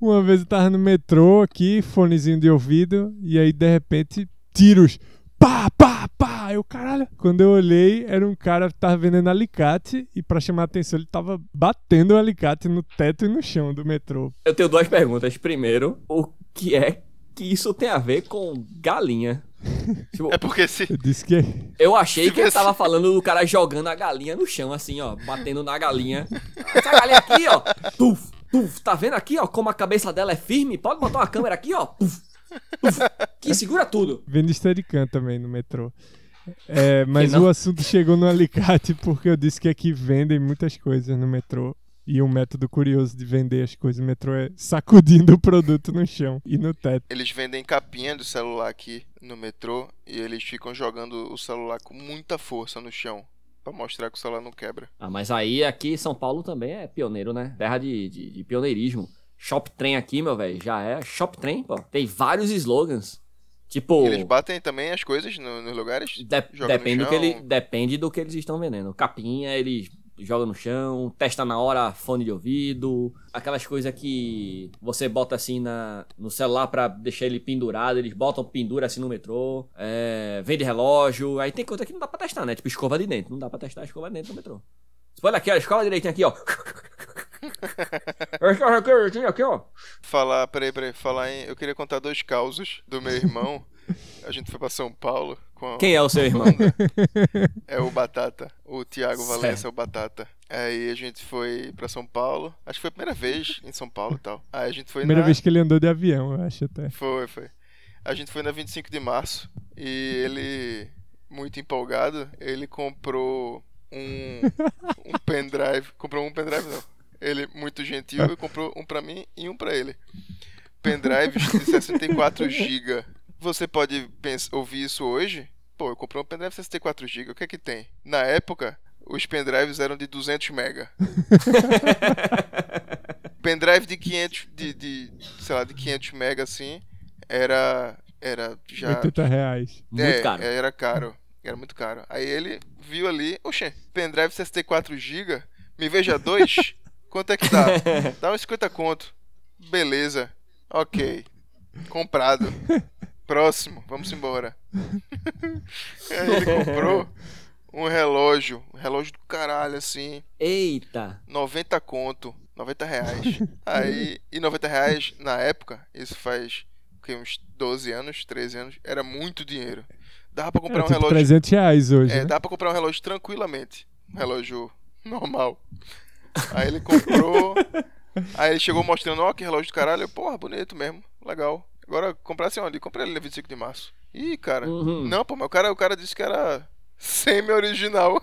[SPEAKER 2] Uma vez eu tava no metrô aqui, fonezinho de ouvido, e aí de repente, tiros. Pá, pá, pá! Eu, caralho. Quando eu olhei, era um cara que tava vendendo alicate, e pra chamar a atenção, ele tava batendo o alicate no teto e no chão do metrô.
[SPEAKER 1] Eu tenho duas perguntas. Primeiro, o que é que isso tem a ver com
[SPEAKER 2] <laughs>
[SPEAKER 1] galinha? Tipo,
[SPEAKER 3] É porque se,
[SPEAKER 2] Eu disse que. é
[SPEAKER 1] Eu achei que ele
[SPEAKER 3] Tipo
[SPEAKER 1] tava falando do cara jogando a galinha no chão, assim, ó, batendo na galinha. Essa galinha aqui, ó, tuf, tuf, tá vendo aqui, ó, como a cabeça dela é firme? Pode botar uma câmera aqui, ó, tuf, tuf, que segura tudo.
[SPEAKER 2] Vendo Steadicam também no metrô. É, mas
[SPEAKER 1] não?
[SPEAKER 2] o assunto chegou no alicate <laughs> porque eu disse que aqui vendem muitas coisas no metrô. E um método curioso de vender as coisas no metrô é sacudindo o produto no chão e no teto.
[SPEAKER 3] Eles vendem capinha do celular aqui no metrô e eles ficam jogando o celular com muita força no chão pra mostrar que o celular não quebra.
[SPEAKER 1] Ah, mas aí aqui em São Paulo também é pioneiro, né? Terra de, de, de pioneirismo. Shop Trem aqui, meu velho, já é Shop Trem, pô. Tem vários slogans. Tipo,
[SPEAKER 3] E Eles batem também as coisas no- nos lugares?
[SPEAKER 1] de-
[SPEAKER 3] joga no
[SPEAKER 1] depende, do que
[SPEAKER 3] chão.
[SPEAKER 1] ele, depende do que eles estão vendendo. Capinha, eles jogam no chão, testa na hora fone de ouvido, aquelas coisas que você bota assim na, no celular pra deixar ele pendurado, eles botam pendura assim no metrô, é, vende relógio, aí tem coisa que não dá pra testar, né? Tipo escova de dente, não dá pra testar a escova de dente no metrô. Você olha aqui, ó, escova direitinho aqui, ó.
[SPEAKER 3] <laughs>
[SPEAKER 1] Escova direitinho aqui, ó.
[SPEAKER 3] Falar, peraí, peraí, falar em. Eu queria contar dois causos do meu irmão. a gente foi pra São Paulo com a-
[SPEAKER 1] Quem é o seu
[SPEAKER 3] <laughs>
[SPEAKER 1] irmão?
[SPEAKER 3] É o Batata. O Thiago
[SPEAKER 1] Certo.
[SPEAKER 3] Valença é o Batata. Aí a gente foi pra São Paulo. Acho que foi a primeira vez em São Paulo e tal. Aí a gente foi
[SPEAKER 2] Primeira
[SPEAKER 3] na...
[SPEAKER 2] vez que ele andou de avião, eu acho até.
[SPEAKER 3] Foi, foi. A gente foi na 25 de março e ele, muito empolgado, ele comprou um, um pendrive. Comprou um pendrive, não. Ele, muito gentil, ele comprou um pra mim e um pra ele. Pendrive de 64 GB. Você pode pens- ouvir isso hoje? Pô, eu comprei um pendrive de 64 GB, o que é que tem? Na época, os pendrives eram de 200 mega. pendrive de 500, de, de, sei lá, de 500 mega assim, era, era já...
[SPEAKER 2] 80 reais.
[SPEAKER 1] Muito
[SPEAKER 3] é,
[SPEAKER 1] caro.
[SPEAKER 3] Era caro. que era muito caro. Aí ele viu ali, oxe, pendrive SSD 4GB, me veja dois, quanto é que
[SPEAKER 1] <laughs>
[SPEAKER 3] dá? Dá uns 50 conto. Beleza, ok, comprado. Próximo, vamos embora. <laughs> Aí ele comprou um relógio, um relógio do caralho, assim,
[SPEAKER 1] Eita!
[SPEAKER 3] 90 conto,
[SPEAKER 2] <laughs>
[SPEAKER 3] 90 reais. Aí, e 90 reais na época, isso faz o quê, uns 12 anos, 13 anos, era muito dinheiro. Dava pra comprar
[SPEAKER 2] Era
[SPEAKER 3] um
[SPEAKER 2] tipo
[SPEAKER 3] relógio.
[SPEAKER 2] 300 reais hoje,
[SPEAKER 3] É,
[SPEAKER 2] né?
[SPEAKER 3] dá pra comprar um relógio tranquilamente. Um relógio normal. Aí ele comprou. aí ele chegou mostrando, ó, que relógio do caralho. Eu, Porra, bonito mesmo. Legal. Agora comprasse onde? Comprei ele no 25 de março. Ih, cara.
[SPEAKER 2] Hum.
[SPEAKER 1] Uhum.
[SPEAKER 3] Não, pô, mas o cara, o cara disse que era semi-original.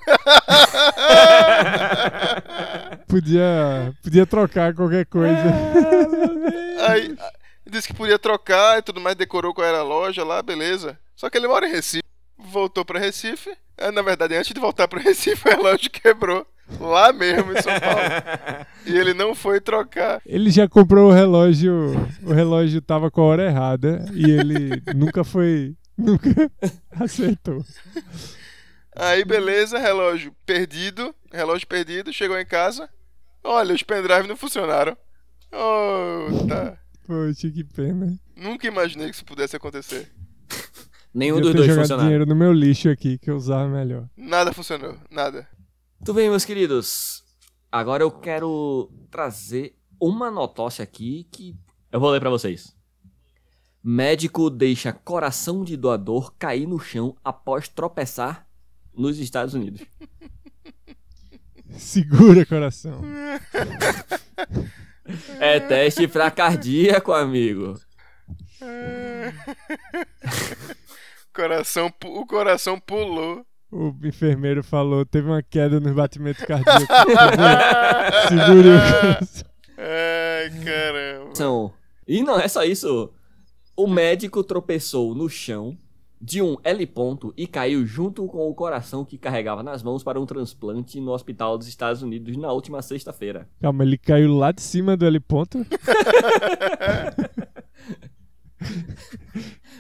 [SPEAKER 3] <laughs>
[SPEAKER 2] Podia, podia trocar qualquer coisa.
[SPEAKER 3] É. Aí a- disse que podia trocar e tudo mais, decorou qual era a loja lá, beleza. Só que ele mora em Recife. Voltou pra Recife. Ah, Na verdade, antes de voltar pra <laughs> Recife, o relógio quebrou. Lá mesmo, em São Paulo. E ele não foi trocar.
[SPEAKER 2] <laughs> Ele já comprou o relógio, o relógio tava com a hora errada e
[SPEAKER 3] <laughs>
[SPEAKER 2] ele nunca foi, nunca <laughs> aceitou.
[SPEAKER 3] Aí, beleza, relógio perdido. Relógio perdido, chegou em casa. Olha, os pendrives não funcionaram. Oh, tá.
[SPEAKER 2] Poxa, que pena.
[SPEAKER 3] Nunca imaginei que isso pudesse acontecer.
[SPEAKER 1] Nenhum dos
[SPEAKER 2] Podia ter
[SPEAKER 1] dois
[SPEAKER 2] jogado
[SPEAKER 1] funcionava.
[SPEAKER 2] dinheiro no meu lixo aqui que eu usava melhor. <laughs>
[SPEAKER 3] Nada funcionou, nada.
[SPEAKER 1] Tudo bem, meus queridos. Agora eu quero trazer uma notócia aqui que eu vou ler pra vocês. Médico deixa coração de doador cair no chão após tropeçar nos Estados Unidos.
[SPEAKER 2] Segura, coração.
[SPEAKER 1] <laughs> É teste pra cardíaco, amigo.
[SPEAKER 3] Coração, pu- o coração pulou. <laughs>
[SPEAKER 2] O enfermeiro falou, teve uma queda no batimento cardíaco.
[SPEAKER 3] <laughs>
[SPEAKER 2] Segure o coração.
[SPEAKER 3] Ai, caramba.
[SPEAKER 1] São- E não é só isso. O médico tropeçou no chão de um L ponto e caiu junto com o coração que carregava nas mãos para um transplante no hospital dos Estados Unidos na última sexta-feira.
[SPEAKER 2] Calma, ele caiu lá de cima do L ponto.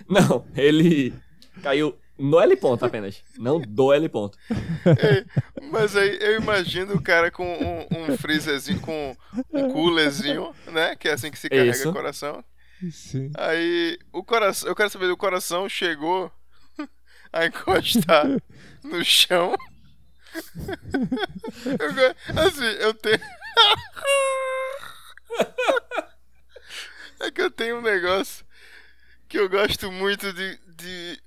[SPEAKER 1] Não, ele caiu no L ponto apenas, não do L ponto.
[SPEAKER 3] Ei, mas aí eu imagino o cara com um, um freezerzinho, com um coolerzinho, né? Que é assim que se carrega
[SPEAKER 1] Isso.
[SPEAKER 3] o coração.
[SPEAKER 2] Sim.
[SPEAKER 3] Aí o coração, eu quero saber, o coração chegou <laughs> a encostar no chão. <laughs> Eu go- assim, eu tenho. <laughs> É que eu tenho um negócio que eu gosto muito de, de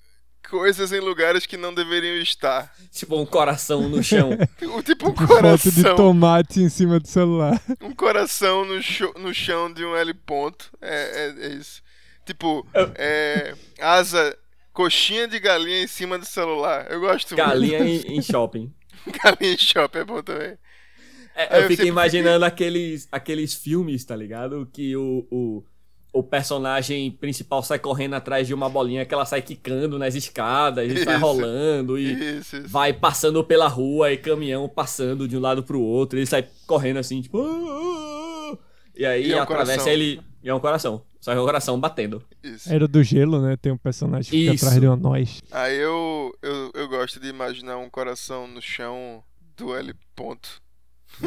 [SPEAKER 3] coisas em lugares que não deveriam estar.
[SPEAKER 1] Tipo um coração no
[SPEAKER 3] <laughs>
[SPEAKER 1] chão.
[SPEAKER 3] O tipo um
[SPEAKER 2] Foto de
[SPEAKER 3] coração.
[SPEAKER 2] tomate em cima do celular.
[SPEAKER 3] Um coração no, cho- no chão de um L ponto. É, é- é isso. Tipo, é, asa, coxinha de galinha em cima do celular. Eu gosto
[SPEAKER 1] Galinha em, em shopping.
[SPEAKER 3] muito. <laughs> Galinha em shopping é bom também.
[SPEAKER 1] É,
[SPEAKER 3] Aí
[SPEAKER 1] eu
[SPEAKER 3] eu
[SPEAKER 1] fico
[SPEAKER 3] sempre
[SPEAKER 1] imaginando aqueles, aqueles filmes, tá ligado? Que o, o, o personagem principal sai correndo atrás de uma bolinha que ela sai quicando nas escadas e sai
[SPEAKER 3] Isso.
[SPEAKER 1] rolando e
[SPEAKER 3] Isso, isso.
[SPEAKER 1] vai passando pela rua e caminhão passando de um lado pro outro. Ele sai correndo assim, tipo. "Ah, ah, ah". E aí
[SPEAKER 3] E é um
[SPEAKER 1] atravessa
[SPEAKER 3] coração.
[SPEAKER 1] ele. E é um coração. Só que é um coração batendo.
[SPEAKER 3] isso.
[SPEAKER 2] Era do gelo, né? Tem um personagem que fica
[SPEAKER 1] Isso.
[SPEAKER 2] atrás de uma noz.
[SPEAKER 3] Aí eu, eu, eu gosto de imaginar um coração no chão do L ponto. <laughs>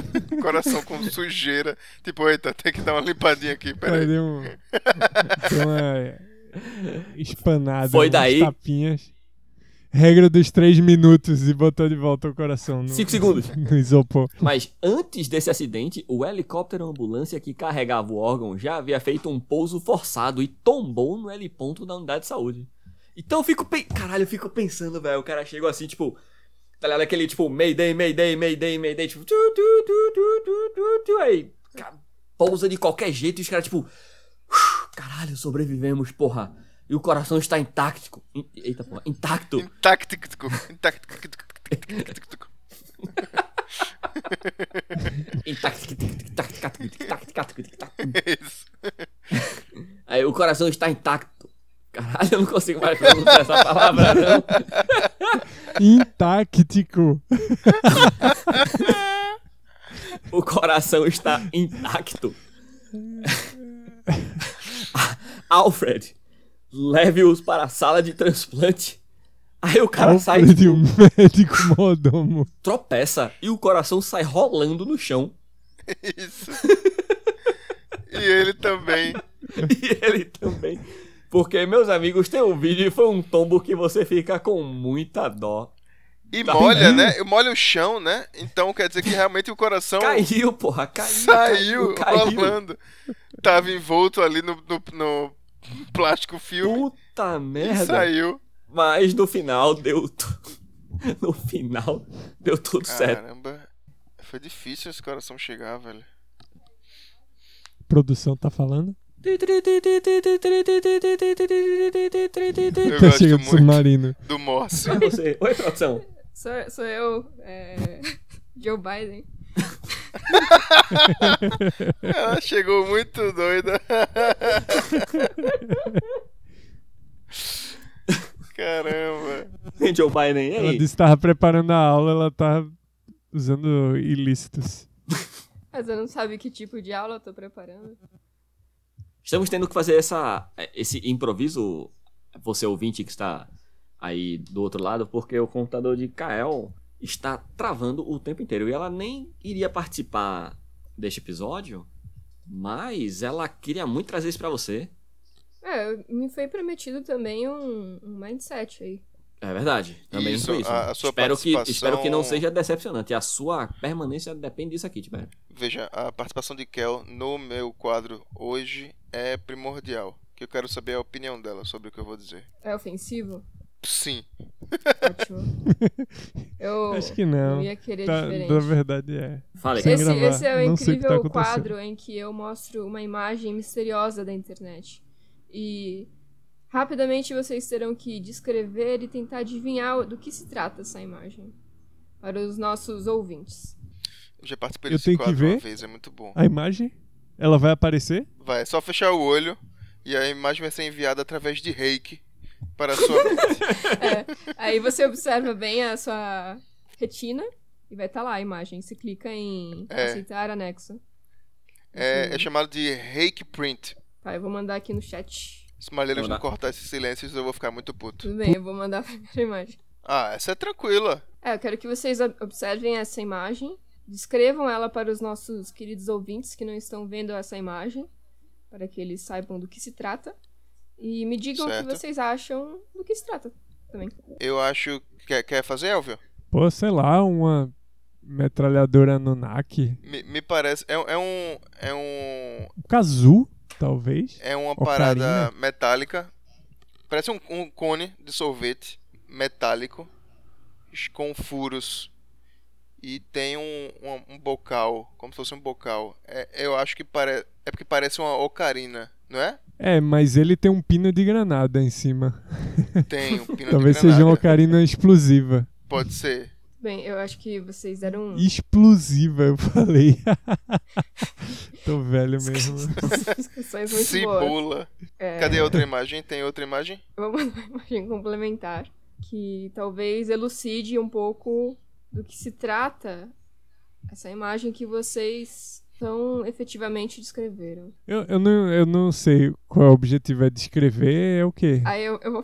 [SPEAKER 3] coração com sujeira. Tipo, eita, tem que dar uma limpadinha aqui, peraí.
[SPEAKER 2] Perdeu um, deu uma espanada.
[SPEAKER 1] Foi
[SPEAKER 2] umas
[SPEAKER 1] daí?
[SPEAKER 2] Tapinhas. Regra dos três minutos e botou de volta o coração no,
[SPEAKER 1] Cinco segundos.
[SPEAKER 2] <laughs> no isopor.
[SPEAKER 1] Mas antes desse acidente, o helicóptero ambulância que carregava o órgão já havia feito um pouso forçado e tombou no L ponto da unidade de saúde. Então eu fico, pe... caralho, eu fico pensando, velho, o cara chegou assim, tipo, tá ligado aquele tipo Mayday, Mayday, Mayday, Mayday, tipo, tu, tu, tu, tu, tu, tu, tu, aí ca- pousa de qualquer jeito e os caras tipo, "Uf, caralho, sobrevivemos, porra. E o coração está intacto. In- Eita, porra, intacto.
[SPEAKER 3] Intactico.
[SPEAKER 1] <laughs>
[SPEAKER 3] Intactico.
[SPEAKER 1] Intacto. intacto, intacto, intacto, intacto.
[SPEAKER 3] Isso.
[SPEAKER 1] Aí o coração está intacto. Caralho, eu não consigo mais pronunciar essa palavra, não.
[SPEAKER 2] Intactico.
[SPEAKER 1] O coração está intacto. <laughs> Alfred, leve-os para a sala de transplante Aí o
[SPEAKER 3] Tá
[SPEAKER 1] cara sai,
[SPEAKER 2] Alfred,
[SPEAKER 1] tipo,
[SPEAKER 3] <laughs>
[SPEAKER 2] o um médico mordomo.
[SPEAKER 1] tropeça e o coração sai rolando no chão. <laughs>
[SPEAKER 3] Isso. e ele também.
[SPEAKER 1] E ele também. Porque, meus amigos, tem um vídeo e foi um tombo que você fica com muita dó.
[SPEAKER 3] E
[SPEAKER 1] Tá.
[SPEAKER 3] molha,
[SPEAKER 2] Entendi.
[SPEAKER 3] né? Molha o chão, né? Então quer dizer que realmente o coração
[SPEAKER 1] Caiu, porra, caiu.
[SPEAKER 3] Então,
[SPEAKER 1] caiu,
[SPEAKER 3] saiu
[SPEAKER 1] caiu.
[SPEAKER 3] rolando. Tava envolto ali no, no, no plástico filme.
[SPEAKER 1] Puta
[SPEAKER 3] e
[SPEAKER 1] merda.
[SPEAKER 3] saiu.
[SPEAKER 1] Mas no final deu. tu- <laughs> No final deu tudo certo.
[SPEAKER 3] Caramba. Foi difícil esse coração chegar, velho.
[SPEAKER 2] Produção tá falando?
[SPEAKER 3] Eu
[SPEAKER 2] Tá
[SPEAKER 3] gosto
[SPEAKER 2] chega do
[SPEAKER 3] muito
[SPEAKER 2] submarino.
[SPEAKER 3] do Morse. <laughs>
[SPEAKER 1] Pra você. Oi, produção.
[SPEAKER 4] Sou, sou eu, é... <laughs> Joe Biden.
[SPEAKER 3] Ela Ah, chegou
[SPEAKER 1] <laughs>
[SPEAKER 3] muito doida. Caramba.
[SPEAKER 1] Joe Biden, e
[SPEAKER 2] Ela
[SPEAKER 1] aí?
[SPEAKER 2] disse que tava preparando a aula, ela tá usando ilícitos.
[SPEAKER 4] Mas eu não sabe que tipo de aula eu tô preparando.
[SPEAKER 1] Estamos tendo que fazer essa, esse improviso, você ouvinte que está aí do outro lado, porque o computador de Kael está travando o tempo inteiro. E ela nem iria participar deste episódio, mas ela queria muito trazer isso pra você.
[SPEAKER 4] É, me foi prometido também um, um mindset aí.
[SPEAKER 1] É verdade. Também
[SPEAKER 3] Isso,
[SPEAKER 1] foi isso.
[SPEAKER 3] a- a sua
[SPEAKER 1] espero, que,
[SPEAKER 3] participação-
[SPEAKER 1] espero que não seja decepcionante. A sua permanência depende disso aqui, tipo, é. Tibério.
[SPEAKER 3] Veja, a participação de Kel no meu quadro hoje é primordial. Que eu quero saber a opinião dela sobre o que eu vou dizer.
[SPEAKER 4] É ofensivo?
[SPEAKER 3] Sim.
[SPEAKER 2] <laughs>
[SPEAKER 4] Ótimo.
[SPEAKER 3] Oh.
[SPEAKER 4] Eu
[SPEAKER 2] Acho que não.
[SPEAKER 4] ia querer
[SPEAKER 2] Tá,
[SPEAKER 4] diferente.
[SPEAKER 2] na verdade é.
[SPEAKER 1] Fale.
[SPEAKER 2] Sem
[SPEAKER 1] Sim.
[SPEAKER 4] Esse,
[SPEAKER 2] gravar,
[SPEAKER 4] esse é o
[SPEAKER 2] não sei o que tá
[SPEAKER 4] incrível
[SPEAKER 2] acontecendo.
[SPEAKER 4] quadro em que eu mostro uma imagem misteriosa da internet. E rapidamente vocês terão que descrever e tentar adivinhar do que se trata essa imagem. Para os nossos ouvintes.
[SPEAKER 3] Eu já participei
[SPEAKER 2] Eu
[SPEAKER 3] desse
[SPEAKER 2] tenho que
[SPEAKER 3] quadro uma
[SPEAKER 2] ver.
[SPEAKER 3] vez, é muito bom.
[SPEAKER 2] A imagem? Ela vai aparecer?
[SPEAKER 3] Vai, é só fechar o olho e a imagem vai ser enviada através de reiki para
[SPEAKER 2] <laughs>
[SPEAKER 3] a sua mente.
[SPEAKER 4] Aí você observa bem a sua retina e vai estar lá a imagem. Você clica em
[SPEAKER 3] É.
[SPEAKER 4] aceitar anexo. Assim,
[SPEAKER 3] É, é chamado de reiki print.
[SPEAKER 4] Tá, eu vou mandar aqui no chat.
[SPEAKER 3] Se Malheiros não
[SPEAKER 1] Vamos lá.
[SPEAKER 3] cortar esses silêncios, eu vou ficar muito puto.
[SPEAKER 4] Tudo bem, eu vou mandar <laughs> a primeira imagem.
[SPEAKER 3] Ah, essa é tranquila.
[SPEAKER 4] É, eu quero que vocês ob- observem essa imagem, descrevam ela para os nossos queridos ouvintes que não estão vendo essa imagem, para que eles saibam do que se trata, e me digam o
[SPEAKER 3] Certo.
[SPEAKER 4] que vocês acham do que se trata também.
[SPEAKER 3] Eu acho. Quer, quer fazer, Elvio?
[SPEAKER 2] Pô, sei lá, uma metralhadora Nunak.
[SPEAKER 3] Me, me parece. É, é um. É um.
[SPEAKER 2] Um Kazu, talvez.
[SPEAKER 3] É uma
[SPEAKER 2] Ocarina.
[SPEAKER 3] parada metálica. Parece um, um cone de sorvete metálico. Com furos. E tem um, um, um bocal. Como se fosse um bocal. É, eu acho que parece. É porque parece uma ocarina, não é?
[SPEAKER 2] É, mas ele tem um pino de granada em cima. <laughs>
[SPEAKER 3] Tem um pino
[SPEAKER 2] Talvez
[SPEAKER 3] de
[SPEAKER 2] seja uma
[SPEAKER 3] granada.
[SPEAKER 2] ocarina explosiva.
[SPEAKER 3] Pode ser.
[SPEAKER 4] Bem, eu acho que vocês deram um.
[SPEAKER 2] Explosiva, eu falei. <laughs> Tô velho mesmo.
[SPEAKER 4] <laughs> discussões muito boas.
[SPEAKER 3] Cebola.
[SPEAKER 4] É,
[SPEAKER 3] Cadê a outra imagem? Tem outra imagem?
[SPEAKER 4] eu vou mandar uma <laughs> imagem complementar que talvez elucide um pouco do que se trata essa imagem que vocês tão efetivamente descreveram.
[SPEAKER 2] Eu, eu, não, eu não sei qual é o objetivo é descrever, é o quê?
[SPEAKER 4] Aí eu, eu vou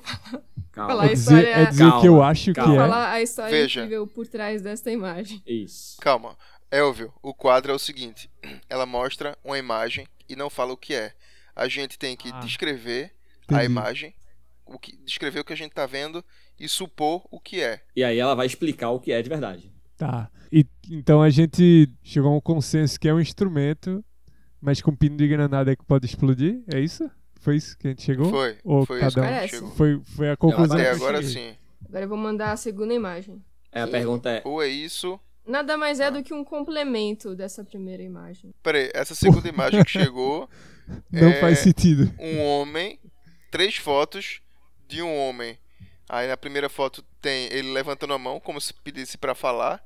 [SPEAKER 1] Calma.
[SPEAKER 4] Falar
[SPEAKER 2] É
[SPEAKER 4] isso.
[SPEAKER 2] dizer,
[SPEAKER 4] história-
[SPEAKER 2] é dizer o que eu
[SPEAKER 1] Calma,
[SPEAKER 2] acho
[SPEAKER 1] calma.
[SPEAKER 2] que é.
[SPEAKER 4] falar a história
[SPEAKER 3] Veja.
[SPEAKER 4] incrível por trás desta imagem.
[SPEAKER 1] Isso.
[SPEAKER 3] Calma. Elvio, o quadro é o seguinte: ela mostra uma imagem e não fala o que é. A gente tem que
[SPEAKER 2] Ah.
[SPEAKER 3] descrever a
[SPEAKER 2] Entendi.
[SPEAKER 3] imagem, o que, descrever o que a gente tá vendo e supor o que é.
[SPEAKER 1] E aí ela vai explicar o que é de verdade.
[SPEAKER 2] Tá. E, então a gente chegou a um consenso que é um instrumento, mas com pino de granada é que pode explodir? É isso? Foi isso que a gente chegou?
[SPEAKER 3] Foi.
[SPEAKER 2] Ou
[SPEAKER 3] foi
[SPEAKER 2] cada
[SPEAKER 3] isso que a
[SPEAKER 2] um
[SPEAKER 3] gente
[SPEAKER 4] Parece.
[SPEAKER 3] chegou.
[SPEAKER 2] Foi, foi a conclusão.
[SPEAKER 3] Até
[SPEAKER 2] que eu
[SPEAKER 3] agora
[SPEAKER 2] cheguei.
[SPEAKER 3] sim.
[SPEAKER 4] Agora eu vou mandar a segunda imagem.
[SPEAKER 1] É, a pergunta é.
[SPEAKER 3] Ou é isso.
[SPEAKER 4] Nada mais é do que um complemento dessa primeira imagem.
[SPEAKER 3] Peraí, essa segunda
[SPEAKER 2] <laughs>
[SPEAKER 3] imagem que chegou,
[SPEAKER 2] Não
[SPEAKER 3] É.
[SPEAKER 2] faz sentido.
[SPEAKER 3] um homem, três fotos de um homem. Aí na primeira foto tem ele levantando a mão como se pedisse pra falar.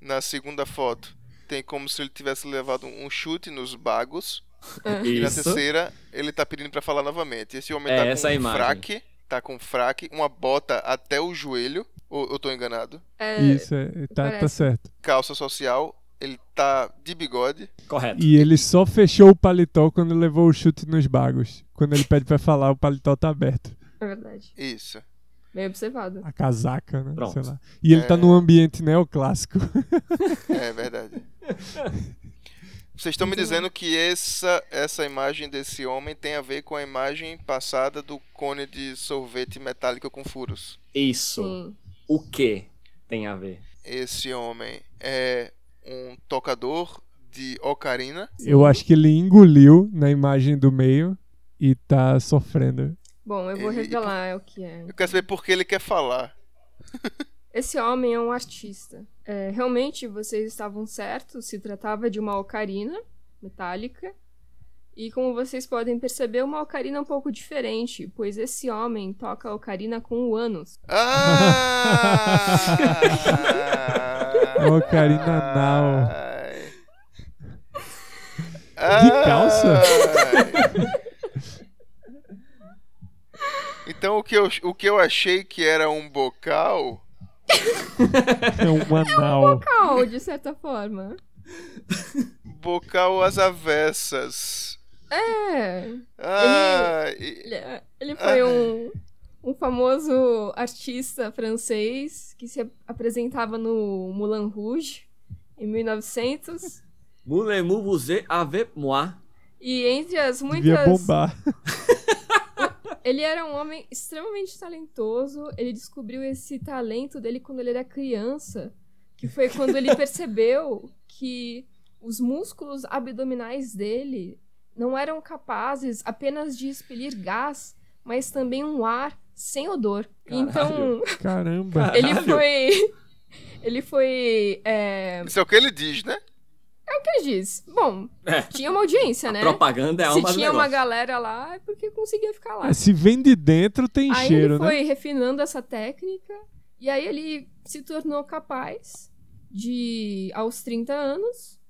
[SPEAKER 3] Na segunda foto tem como se ele tivesse levado um chute nos bagos. E na
[SPEAKER 1] Isso.
[SPEAKER 3] terceira, ele tá pedindo pra falar novamente. Esse homem
[SPEAKER 1] É,
[SPEAKER 3] tá com
[SPEAKER 1] essa
[SPEAKER 3] um
[SPEAKER 1] a imagem.
[SPEAKER 3] fraque, tá com um fraque, uma bota até o joelho, ou eu tô enganado.
[SPEAKER 4] É,
[SPEAKER 2] Isso, é, tá, tá
[SPEAKER 4] parece.
[SPEAKER 2] certo.
[SPEAKER 3] Calça social, ele tá de bigode.
[SPEAKER 1] Correto.
[SPEAKER 2] E ele só fechou o paletó quando levou o chute nos bagos. Quando ele pede pra falar, o paletó tá aberto.
[SPEAKER 4] é verdade.
[SPEAKER 3] Isso.
[SPEAKER 4] Bem observado.
[SPEAKER 2] a casaca, né?
[SPEAKER 1] Pronto.
[SPEAKER 2] Sei lá. E ele
[SPEAKER 4] É.
[SPEAKER 2] tá num ambiente neoclássico. <laughs>
[SPEAKER 1] <laughs>
[SPEAKER 3] É verdade. Vocês estão me dizendo que essa, essa imagem desse homem tem a ver com a imagem passada do cone de sorvete metálico com furos.
[SPEAKER 1] Isso.
[SPEAKER 4] Sim.
[SPEAKER 1] O que tem a ver?
[SPEAKER 3] Esse homem é um tocador de ocarina.
[SPEAKER 2] Eu acho que ele engoliu na imagem do meio e tá sofrendo.
[SPEAKER 4] Bom, eu vou
[SPEAKER 3] Ele-
[SPEAKER 4] revelar o que é.
[SPEAKER 3] Eu quero saber por que ele quer falar.
[SPEAKER 4] Esse homem é um artista. É, realmente, vocês estavam certos, se tratava de uma ocarina metálica. E como vocês podem perceber, uma ocarina é um pouco diferente, pois esse homem toca a ocarina com o ânus.
[SPEAKER 3] Ah!
[SPEAKER 2] <laughs> Ocarina now.
[SPEAKER 3] Ai.
[SPEAKER 2] De calça?
[SPEAKER 3] Ai. Então o que, eu, o que eu achei que era um bocal
[SPEAKER 2] É
[SPEAKER 4] <laughs>
[SPEAKER 2] um anal.
[SPEAKER 4] Cal, de certa forma.
[SPEAKER 3] Bocal às avessas.
[SPEAKER 4] É.
[SPEAKER 3] Ah, e-
[SPEAKER 4] Ele, ele foi um, um famoso artista francês que se apresentava no Moulin Rouge em 1900.
[SPEAKER 1] Moulez-vous vous avec moi.
[SPEAKER 4] E entre as
[SPEAKER 2] Devia
[SPEAKER 4] muitas.
[SPEAKER 2] bombar.
[SPEAKER 4] Ele era um homem extremamente talentoso. Ele descobriu esse talento dele quando ele era criança, que foi quando
[SPEAKER 1] <laughs>
[SPEAKER 4] ele percebeu que os músculos abdominais dele não eram capazes apenas de expelir gás, mas também um ar sem odor.
[SPEAKER 1] Caralho.
[SPEAKER 4] Então,
[SPEAKER 2] Caramba.
[SPEAKER 4] ele
[SPEAKER 1] Caralho.
[SPEAKER 4] foi ele foi é...
[SPEAKER 3] isso é o que ele diz, né?
[SPEAKER 4] o que ele diz? Bom,
[SPEAKER 1] É.
[SPEAKER 4] tinha uma audiência, né?
[SPEAKER 1] Propaganda é a
[SPEAKER 4] Se
[SPEAKER 1] alma do
[SPEAKER 4] tinha uma
[SPEAKER 1] negócio.
[SPEAKER 4] galera lá, é porque conseguia ficar lá.
[SPEAKER 2] Ah, se vem de dentro, tem
[SPEAKER 4] Aí
[SPEAKER 2] cheiro,
[SPEAKER 4] ele
[SPEAKER 2] né?
[SPEAKER 4] foi refinando essa técnica e aí ele se tornou capaz de, aos 30 anos,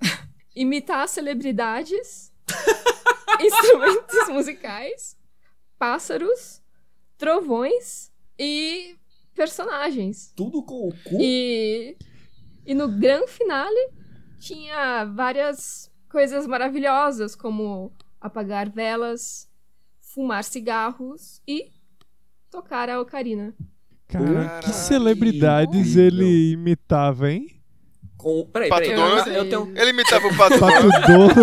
[SPEAKER 4] <laughs> imitar celebridades, <laughs> instrumentos musicais, pássaros, trovões e personagens.
[SPEAKER 1] Tudo com o cu.
[SPEAKER 4] E, e no grande finale tinha várias coisas maravilhosas, como apagar velas, fumar cigarros e tocar a ocarina.
[SPEAKER 2] Cara, que
[SPEAKER 3] Caralho.
[SPEAKER 2] celebridades
[SPEAKER 1] Horrível.
[SPEAKER 2] ele imitava, hein?
[SPEAKER 1] Com... Peraí,
[SPEAKER 3] Pato
[SPEAKER 1] peraí.
[SPEAKER 3] Donald?
[SPEAKER 1] Eu, eu tenho,
[SPEAKER 3] Ele imitava o
[SPEAKER 4] <laughs>
[SPEAKER 3] Pato
[SPEAKER 2] Pato
[SPEAKER 3] Donald.
[SPEAKER 2] Donald.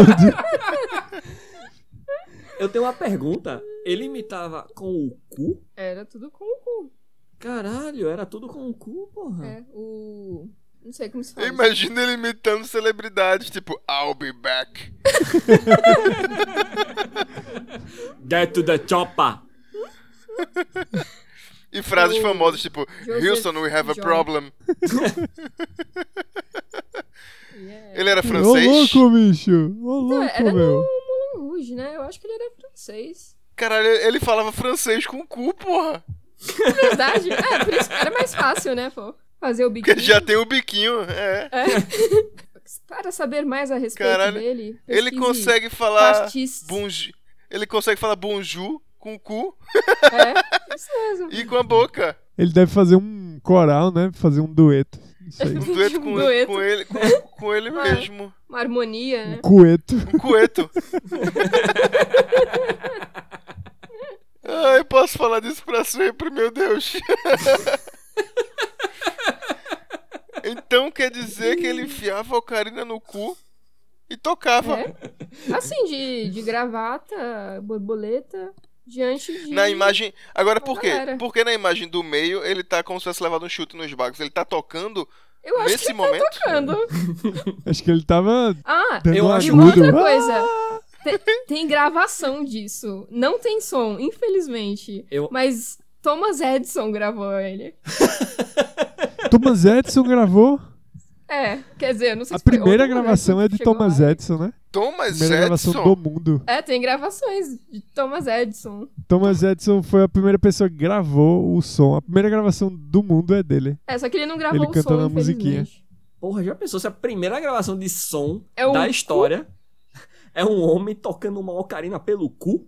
[SPEAKER 1] eu tenho uma pergunta. Ele imitava com o cu?
[SPEAKER 4] Era tudo com o cu.
[SPEAKER 1] Caralho, era tudo com o cu, porra.
[SPEAKER 4] É, o. Não sei como se fala. isso.
[SPEAKER 3] Imagina ele imitando celebridades, tipo, I'll be back.
[SPEAKER 1] Get to the chopper.
[SPEAKER 3] E frases
[SPEAKER 4] O
[SPEAKER 3] famosas, tipo,
[SPEAKER 4] Joseph
[SPEAKER 3] Houston, we have a
[SPEAKER 4] John.
[SPEAKER 3] problem.
[SPEAKER 4] Yeah.
[SPEAKER 3] Ele era
[SPEAKER 2] Ô
[SPEAKER 3] francês.
[SPEAKER 2] louco, bicho. Ô
[SPEAKER 4] Não,
[SPEAKER 2] louco,
[SPEAKER 4] Então, era
[SPEAKER 2] meu.
[SPEAKER 4] no Moulin Rouge, né? Eu acho que ele era francês.
[SPEAKER 3] Caralho, ele falava francês com o cu, porra.
[SPEAKER 4] Verdade. É, por isso que era mais fácil, né, pô? Fazer o biquinho.
[SPEAKER 3] Porque já tem o biquinho, é.
[SPEAKER 4] Para saber mais a respeito
[SPEAKER 3] Caralho.
[SPEAKER 4] dele.
[SPEAKER 3] Ele
[SPEAKER 4] pesquise
[SPEAKER 3] consegue falar
[SPEAKER 4] pastis.
[SPEAKER 3] bonjour. Ele consegue falar bonjour com o cu
[SPEAKER 4] É, <laughs> isso mesmo.
[SPEAKER 3] e com a boca.
[SPEAKER 2] Ele deve fazer um coral, né? Fazer um dueto. Não
[SPEAKER 3] <laughs>
[SPEAKER 2] sei.
[SPEAKER 3] Um dueto
[SPEAKER 4] Um
[SPEAKER 3] com,
[SPEAKER 4] dueto.
[SPEAKER 3] com ele, com, com ele mesmo.
[SPEAKER 4] Uma harmonia, né?
[SPEAKER 2] Um coeto.
[SPEAKER 3] Um coeto. Ai, posso falar disso pra sempre,
[SPEAKER 2] <laughs>
[SPEAKER 3] meu Deus. Então quer dizer que ele enfiava a ocarina no cu e tocava.
[SPEAKER 4] É. Assim, de, de gravata, borboleta, diante de.
[SPEAKER 3] Na imagem. Agora por
[SPEAKER 4] Uma
[SPEAKER 3] quê?
[SPEAKER 4] galera.
[SPEAKER 3] Porque na imagem do meio ele tá como se tivesse levado um chute nos bagos. Ele tá tocando
[SPEAKER 4] Eu acho
[SPEAKER 3] nesse
[SPEAKER 4] que
[SPEAKER 3] momento.
[SPEAKER 4] tá tocando.
[SPEAKER 2] Acho que ele tava
[SPEAKER 4] Ah,
[SPEAKER 2] dando
[SPEAKER 1] Eu
[SPEAKER 2] um
[SPEAKER 1] acho
[SPEAKER 4] uma
[SPEAKER 2] agudo.
[SPEAKER 4] outra coisa. Te- Tem gravação disso. Não tem som, infelizmente.
[SPEAKER 1] Eu-
[SPEAKER 4] Mas Thomas Edison gravou ele.
[SPEAKER 2] Ah, Thomas Edison gravou.
[SPEAKER 4] É, quer dizer, eu não sei
[SPEAKER 2] A
[SPEAKER 4] se foi
[SPEAKER 2] primeira
[SPEAKER 4] outro
[SPEAKER 2] gravação é
[SPEAKER 4] moleque
[SPEAKER 2] de
[SPEAKER 4] que chegou
[SPEAKER 2] Thomas
[SPEAKER 4] lá.
[SPEAKER 2] Edison, né?
[SPEAKER 3] Thomas
[SPEAKER 2] Primeira gravação
[SPEAKER 3] Edison.
[SPEAKER 2] do mundo.
[SPEAKER 4] É, tem gravações de Thomas Edison.
[SPEAKER 2] Thomas Edison foi a primeira pessoa que gravou o som. A primeira gravação do mundo é dele.
[SPEAKER 4] É, só que ele não gravou
[SPEAKER 2] Ele
[SPEAKER 4] o
[SPEAKER 2] cantando
[SPEAKER 4] som,
[SPEAKER 2] a musiquinha.
[SPEAKER 4] infelizmente.
[SPEAKER 1] Porra, já pensou se a primeira gravação de som
[SPEAKER 4] É um
[SPEAKER 1] da
[SPEAKER 4] cu?
[SPEAKER 1] história <laughs> é um homem tocando uma ocarina pelo cu?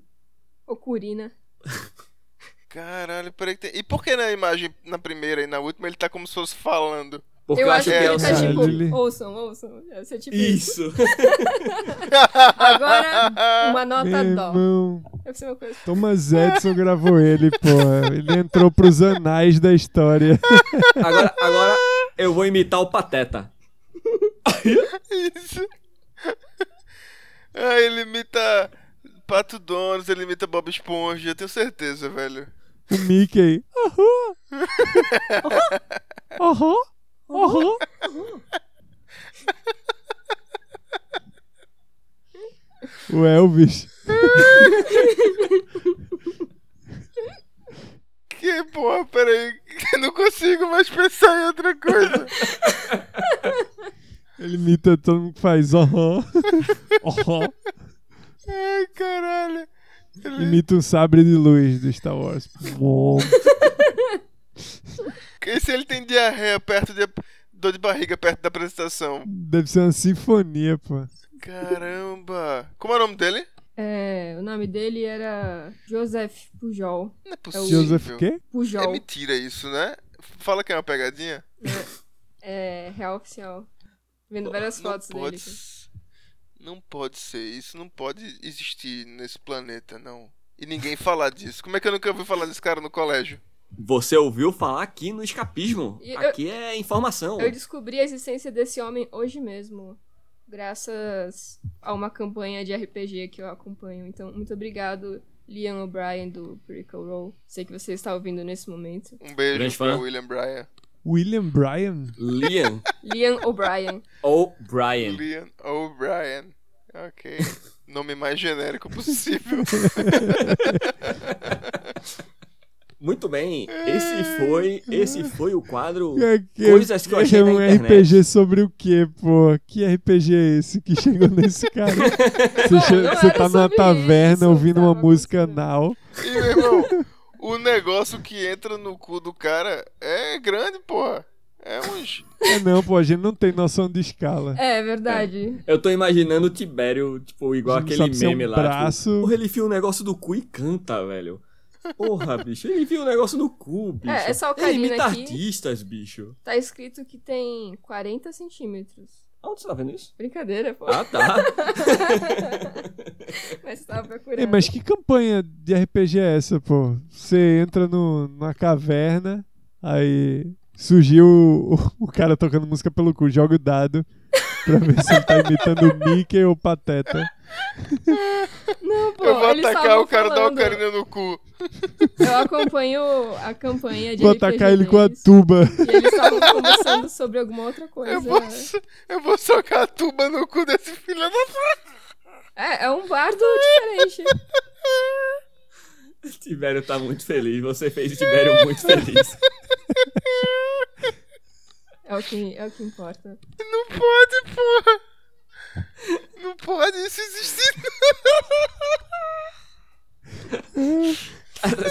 [SPEAKER 4] O Curina.
[SPEAKER 3] Caralho, peraí. que tem- E por que na imagem, na primeira e na última, ele tá como se fosse falando?
[SPEAKER 1] Porque
[SPEAKER 4] eu, acho que ele
[SPEAKER 1] o
[SPEAKER 4] tá
[SPEAKER 2] Elsa-
[SPEAKER 1] seguinte.
[SPEAKER 4] tipo,
[SPEAKER 2] Lily.
[SPEAKER 4] ouçam, ouçam. Esse é tipo isso.
[SPEAKER 1] é <laughs> Isso.
[SPEAKER 4] Agora, uma nota
[SPEAKER 2] Meu
[SPEAKER 4] Tá dó.
[SPEAKER 2] irmão,
[SPEAKER 4] Deve ser uma coisa.
[SPEAKER 2] Thomas Edison gravou ele, porra. Ele entrou pros anais da história.
[SPEAKER 1] Agora, agora eu vou imitar o Pateta.
[SPEAKER 3] <laughs> Isso. Ah, ele imita Pato Donos, ele imita Bob Esponja, eu tenho certeza, velho.
[SPEAKER 2] O Mickey. Aham. Aham. Aham. O Elvis.
[SPEAKER 3] Que porra, peraí, <laughs> eu não consigo mais pensar em outra
[SPEAKER 4] <laughs>
[SPEAKER 3] coisa.
[SPEAKER 2] Ele imita todo mundo que faz aham. Aham.
[SPEAKER 3] Ai, caralho. Ele,
[SPEAKER 2] Imita um sabre de luz do Star Wars. Uou.
[SPEAKER 3] e se ele tem diarreia perto de. dor de barriga perto da apresentação?
[SPEAKER 2] Deve ser uma sinfonia, pô.
[SPEAKER 3] Caramba. Como é o nome dele?
[SPEAKER 4] É, o nome dele era Joseph Pujol.
[SPEAKER 3] Não é
[SPEAKER 4] o-
[SPEAKER 3] possível.
[SPEAKER 2] Joseph quê?
[SPEAKER 3] É
[SPEAKER 4] Pujol.
[SPEAKER 3] mentira isso, né? Fala que é uma pegadinha.
[SPEAKER 4] É, real oficial. Vendo várias
[SPEAKER 3] não
[SPEAKER 4] fotos
[SPEAKER 3] pode,
[SPEAKER 4] dele. aqui.
[SPEAKER 3] s- Não pode ser, isso não pode existir nesse planeta, não. E ninguém falar disso. Como é que eu nunca ouvi falar desse cara no colégio?
[SPEAKER 1] Você ouviu falar aqui no escapismo.
[SPEAKER 4] E eu-
[SPEAKER 1] Aqui é informação.
[SPEAKER 4] Eu descobri a existência desse homem hoje mesmo. Graças a uma campanha de RPG que eu acompanho. Então, muito obrigado, Liam O'Brien do Critical Role. Sei que você está ouvindo nesse momento.
[SPEAKER 3] Um beijo
[SPEAKER 1] Grande
[SPEAKER 3] pra
[SPEAKER 1] fã.
[SPEAKER 3] William Bryan.
[SPEAKER 2] William Bryan?
[SPEAKER 4] <laughs>
[SPEAKER 1] Liam
[SPEAKER 4] Liam
[SPEAKER 2] <laughs>
[SPEAKER 4] O'Brien.
[SPEAKER 1] O'Brien.
[SPEAKER 3] Liam O'Brien. Ok. Nome mais genérico possível.
[SPEAKER 1] Muito bem. Esse foi, esse foi o quadro.
[SPEAKER 2] É que-
[SPEAKER 1] Coisas que eu achei
[SPEAKER 2] é
[SPEAKER 1] na
[SPEAKER 2] um
[SPEAKER 1] internet.
[SPEAKER 2] RPG sobre o quê, pô? Que RPG é esse que chegou nesse
[SPEAKER 1] <laughs>
[SPEAKER 2] cara? Você,
[SPEAKER 4] Não,
[SPEAKER 2] che-
[SPEAKER 4] não
[SPEAKER 2] você
[SPEAKER 4] era
[SPEAKER 2] tá numa
[SPEAKER 4] sobre
[SPEAKER 2] taverna
[SPEAKER 4] isso,
[SPEAKER 2] ouvindo
[SPEAKER 4] tava
[SPEAKER 2] uma música
[SPEAKER 4] gostando.
[SPEAKER 2] now.
[SPEAKER 3] E, meu irmão, o negócio que entra no cu do cara é grande, porra. É uns.
[SPEAKER 2] É não, pô, a gente não tem noção de escala.
[SPEAKER 4] É verdade.
[SPEAKER 1] Eu tô imaginando o Tibério, tipo, igual
[SPEAKER 2] A gente
[SPEAKER 1] aquele
[SPEAKER 2] sabe se é um
[SPEAKER 1] meme lá.
[SPEAKER 2] braço.
[SPEAKER 1] Tipo, Porra, ele enfia um negócio no cu e canta, velho.
[SPEAKER 4] <laughs>
[SPEAKER 1] Porra, bicho, ele enfia um negócio no cu, bicho.
[SPEAKER 4] É, essa
[SPEAKER 1] ele
[SPEAKER 4] alcarina
[SPEAKER 1] imita
[SPEAKER 4] aqui-
[SPEAKER 1] artistas, bicho.
[SPEAKER 4] Tá escrito que tem 40 centímetros.
[SPEAKER 1] Onde você tá vendo isso?
[SPEAKER 4] Brincadeira, pô.
[SPEAKER 1] Ah, tá.
[SPEAKER 4] <laughs> Mas você tava procurando.
[SPEAKER 2] Ei, mas que campanha de RPG é essa, pô? Você entra no, numa caverna, aí surgiu o, o cara tocando música pelo cu, joga o dado pra ver se ele tá imitando o Mickey ou
[SPEAKER 1] <laughs>
[SPEAKER 2] o Pateta.
[SPEAKER 4] Não, pô,
[SPEAKER 3] eu vou
[SPEAKER 4] eles
[SPEAKER 3] atacar
[SPEAKER 4] estavam
[SPEAKER 3] o cara da
[SPEAKER 4] falando.
[SPEAKER 3] Ocarina no cu.
[SPEAKER 4] Eu acompanho a campanha de
[SPEAKER 2] Vou
[SPEAKER 4] RPG
[SPEAKER 2] atacar ele com a
[SPEAKER 4] deles,
[SPEAKER 2] tuba.
[SPEAKER 4] E eles estavam conversando sobre alguma outra coisa.
[SPEAKER 3] Eu vou, so- eu vou socar a tuba no cu desse filho da
[SPEAKER 4] É, é um bardo diferente.
[SPEAKER 1] Tibério tá muito feliz. Você fez o Tibério muito
[SPEAKER 4] <laughs>
[SPEAKER 1] feliz.
[SPEAKER 4] É o que, é o que importa.
[SPEAKER 3] Não pode, porra! Não pode isso
[SPEAKER 4] <laughs>
[SPEAKER 3] existir!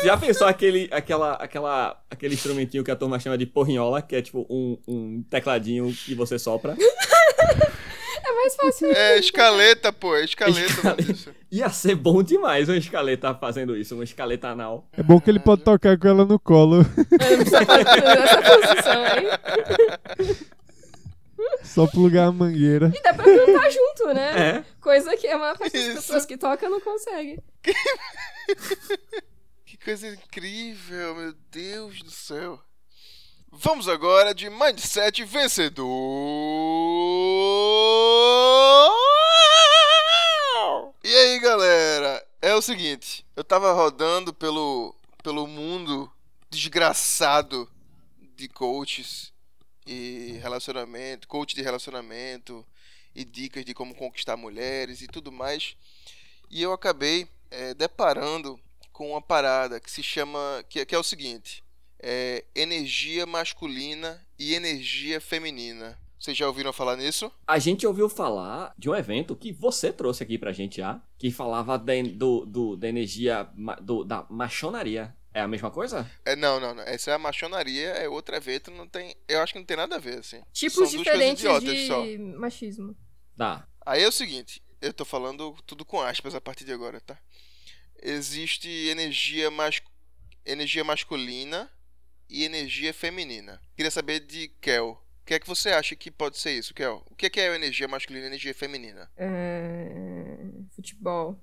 [SPEAKER 1] Já pensou aquele, aquela, aquela, aquele instrumentinho que a turma chama de porrinhola, que é tipo um, um tecladinho que você
[SPEAKER 4] <laughs>
[SPEAKER 1] sopra?
[SPEAKER 4] É mais fácil.
[SPEAKER 3] É escaleta, pô, é escaleta.
[SPEAKER 1] Escaleta.
[SPEAKER 3] mano, isso.
[SPEAKER 1] Ia ser bom demais uma escaleta fazendo isso, uma escaleta anal.
[SPEAKER 2] É bom que ele pode tocar com ela no colo, <laughs>
[SPEAKER 3] <laughs>
[SPEAKER 4] Eu não precisa fazer É, essa posição aí.
[SPEAKER 2] só plugar a mangueira.
[SPEAKER 4] E dá pra cantar junto, né?
[SPEAKER 1] É.
[SPEAKER 4] Coisa que a maior parte das
[SPEAKER 3] Isso.
[SPEAKER 4] pessoas que toca não consegue.
[SPEAKER 3] Que coisa incrível, meu Deus do céu. Vamos agora de Mindset Vencedor! E aí, galera? É o seguinte, eu tava rodando pelo, pelo mundo desgraçado de coaches e relacionamento, coach de relacionamento e dicas de como conquistar mulheres e tudo mais. E eu acabei eh, deparando com uma parada que se chama. que, que é o seguinte: é energia masculina e energia feminina. Vocês já ouviram falar nisso?
[SPEAKER 1] A gente ouviu falar de um evento que você trouxe aqui pra gente já, que falava da en- do, do- da energia ma- do- da machonaria. É a mesma coisa?
[SPEAKER 3] É, não, não, não. Essa é a machonaria, é outro evento, não tem. Eu acho que não tem nada a ver, assim. São
[SPEAKER 4] Tipos
[SPEAKER 3] duas
[SPEAKER 4] diferentes
[SPEAKER 3] coisas idiotas
[SPEAKER 4] de
[SPEAKER 3] só.
[SPEAKER 4] machismo.
[SPEAKER 1] Tá.
[SPEAKER 3] Aí é o seguinte, eu tô falando tudo com aspas a partir de agora, tá? Existe energia, mas... energia masculina e energia feminina. Queria saber de Kel. O que é que você acha que pode ser isso, Kel? O que é que é energia masculina e energia feminina?
[SPEAKER 4] É... Futebol.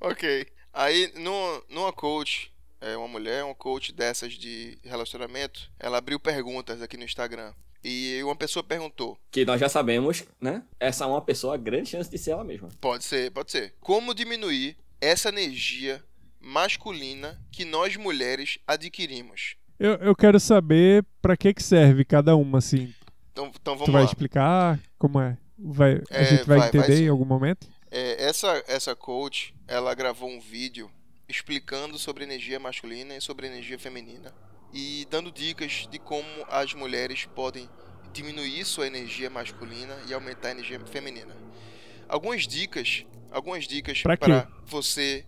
[SPEAKER 3] Ok. Aí, numa, numa coach, é uma mulher, uma coach dessas de relacionamento, ela abriu perguntas aqui no Instagram. E uma pessoa perguntou:
[SPEAKER 1] Que nós já sabemos, né? Essa é uma pessoa, grande chance de ser ela mesma.
[SPEAKER 3] pode ser, pode ser. Como diminuir essa energia masculina que nós mulheres adquirimos?
[SPEAKER 2] Eu, eu quero saber pra que que serve cada uma, assim.
[SPEAKER 3] Então, então
[SPEAKER 2] tu
[SPEAKER 3] vamos
[SPEAKER 2] vai
[SPEAKER 3] lá.
[SPEAKER 2] explicar como é? Vai, a
[SPEAKER 3] É,
[SPEAKER 2] gente vai,
[SPEAKER 3] vai, vai
[SPEAKER 2] entender
[SPEAKER 3] sim.
[SPEAKER 2] em algum momento?
[SPEAKER 3] É, essa, essa coach, ela gravou um vídeo explicando sobre energia masculina e sobre energia feminina e dando dicas de como as mulheres podem diminuir sua energia masculina e aumentar a energia feminina. Algumas dicas, algumas dicas
[SPEAKER 2] Pra quê?
[SPEAKER 3] para você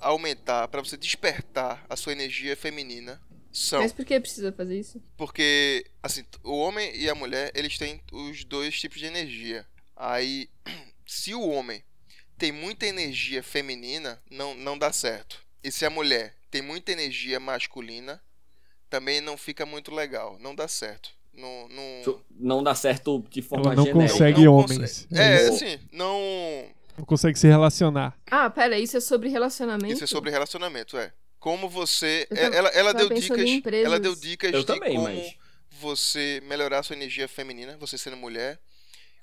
[SPEAKER 3] aumentar, para você despertar a sua energia feminina são
[SPEAKER 4] Mas por que precisa fazer isso?
[SPEAKER 3] porque, assim, o homem e a mulher, eles têm os dois tipos de energia. Aí, <clears throat> se o homem tem muita energia feminina, não, não dá certo. E se a mulher tem muita energia masculina, também não fica muito legal. Não dá certo. Não, não,
[SPEAKER 1] Isso Não dá certo de forma
[SPEAKER 2] Ela não
[SPEAKER 1] genérica.
[SPEAKER 2] consegue
[SPEAKER 3] Não
[SPEAKER 2] homens.
[SPEAKER 3] consegue. É,
[SPEAKER 1] isso.
[SPEAKER 3] assim, não.
[SPEAKER 2] Não consegue se relacionar.
[SPEAKER 4] Ah, pera, isso é sobre relacionamento?
[SPEAKER 3] Isso é sobre relacionamento, é. Como você. é,
[SPEAKER 4] Eu tava-
[SPEAKER 3] Ela, ela,
[SPEAKER 4] tava
[SPEAKER 3] deu
[SPEAKER 4] pensando
[SPEAKER 3] dicas,
[SPEAKER 4] em
[SPEAKER 3] ela
[SPEAKER 4] empresas.
[SPEAKER 3] deu dicas.
[SPEAKER 1] Eu
[SPEAKER 3] de
[SPEAKER 1] também,
[SPEAKER 3] como
[SPEAKER 1] mas.
[SPEAKER 3] você melhorar sua energia feminina, você sendo mulher,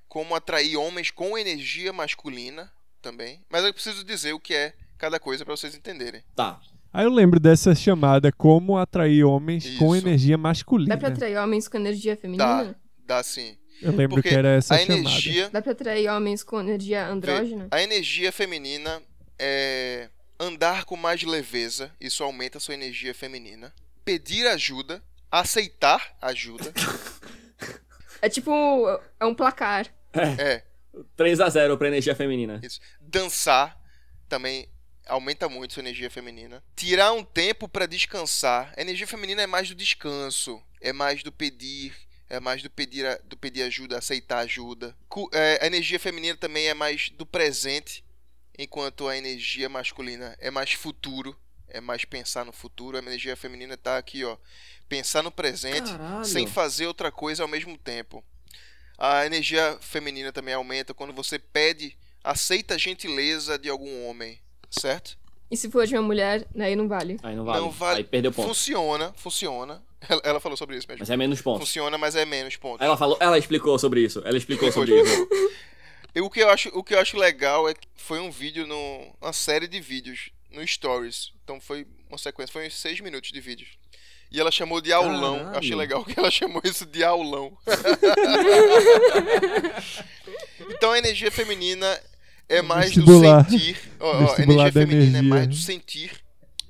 [SPEAKER 3] como atrair homens com energia masculina também. Mas eu preciso dizer o que é cada coisa para vocês entenderem.
[SPEAKER 1] Tá.
[SPEAKER 2] Aí eu lembro dessa chamada como atrair homens com
[SPEAKER 3] Isso.
[SPEAKER 2] energia
[SPEAKER 4] Dá
[SPEAKER 2] masculina.
[SPEAKER 4] pra atrair homens com energia feminina?
[SPEAKER 3] Dá, dá sim.
[SPEAKER 2] Eu lembro
[SPEAKER 3] Porque
[SPEAKER 2] que era essa
[SPEAKER 3] a
[SPEAKER 2] chamada.
[SPEAKER 3] energia,
[SPEAKER 4] Dá pra atrair homens com energia andrógena?
[SPEAKER 3] a energia feminina é andar com mais leveza, isso aumenta a sua energia feminina. Pedir ajuda, aceitar ajuda.
[SPEAKER 4] É tipo, é um placar.
[SPEAKER 3] é,
[SPEAKER 1] 3x0 pra energia feminina.
[SPEAKER 3] Isso. Dançar também aumenta muito sua energia feminina. Tirar um tempo pra descansar. A energia feminina é mais do descanso, é mais do pedir, é mais do pedir, a- do pedir ajuda, aceitar ajuda. Cu- é, a energia feminina também é mais do presente, enquanto a energia masculina é mais futuro, é mais pensar no futuro. A energia feminina tá aqui, ó, pensar no presente
[SPEAKER 1] Caralho.
[SPEAKER 3] sem fazer outra coisa ao mesmo tempo. A energia feminina também aumenta quando você pede, aceita a gentileza de algum homem, certo?
[SPEAKER 4] E se for de uma mulher, aí não vale.
[SPEAKER 1] Aí não vale.
[SPEAKER 3] Não vale.
[SPEAKER 1] Aí perdeu ponto.
[SPEAKER 3] Funciona, funciona. <laughs> Ela, ela falou sobre isso mesmo.
[SPEAKER 1] Mas é menos pontos.
[SPEAKER 3] Funciona, mas é menos pontos.
[SPEAKER 1] Ela falou, ela explicou sobre isso. Ela explicou sobre isso.
[SPEAKER 3] E o que eu acho, o que eu acho legal é que foi um vídeo no, uma série de vídeos no Stories. Então foi uma sequência, foi uns seis minutos de vídeos. E ela chamou de aulão. Eu Achei
[SPEAKER 1] Caralho.
[SPEAKER 3] legal <laughs> que ela chamou isso de aulão. então a energia feminina é mais do
[SPEAKER 2] Vestibular.
[SPEAKER 3] sentir. Ó, ó, a energia
[SPEAKER 2] Vestibular da
[SPEAKER 3] feminina é
[SPEAKER 2] energia. né?
[SPEAKER 3] mais do sentir,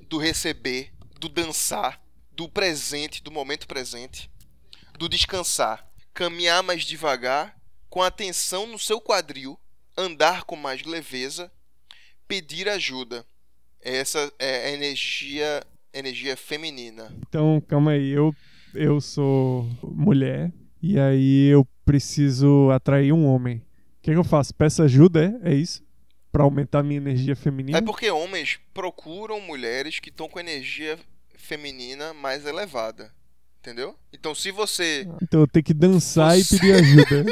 [SPEAKER 3] do receber, do dançar, do presente, do momento presente do descansar, caminhar mais devagar, com atenção no seu quadril, andar com mais leveza, pedir ajuda. Essa é a energia, energia feminina.
[SPEAKER 2] Então, calma aí, eu, eu sou mulher e aí eu preciso atrair um homem. O que, é que eu faço? Peço ajuda, é? É isso? Pra aumentar minha energia feminina?
[SPEAKER 3] É porque homens procuram mulheres que estão com energia feminina mais elevada. Entendeu? Então, se você
[SPEAKER 2] Então eu tenho que dançar
[SPEAKER 3] Você-
[SPEAKER 2] e pedir ajuda.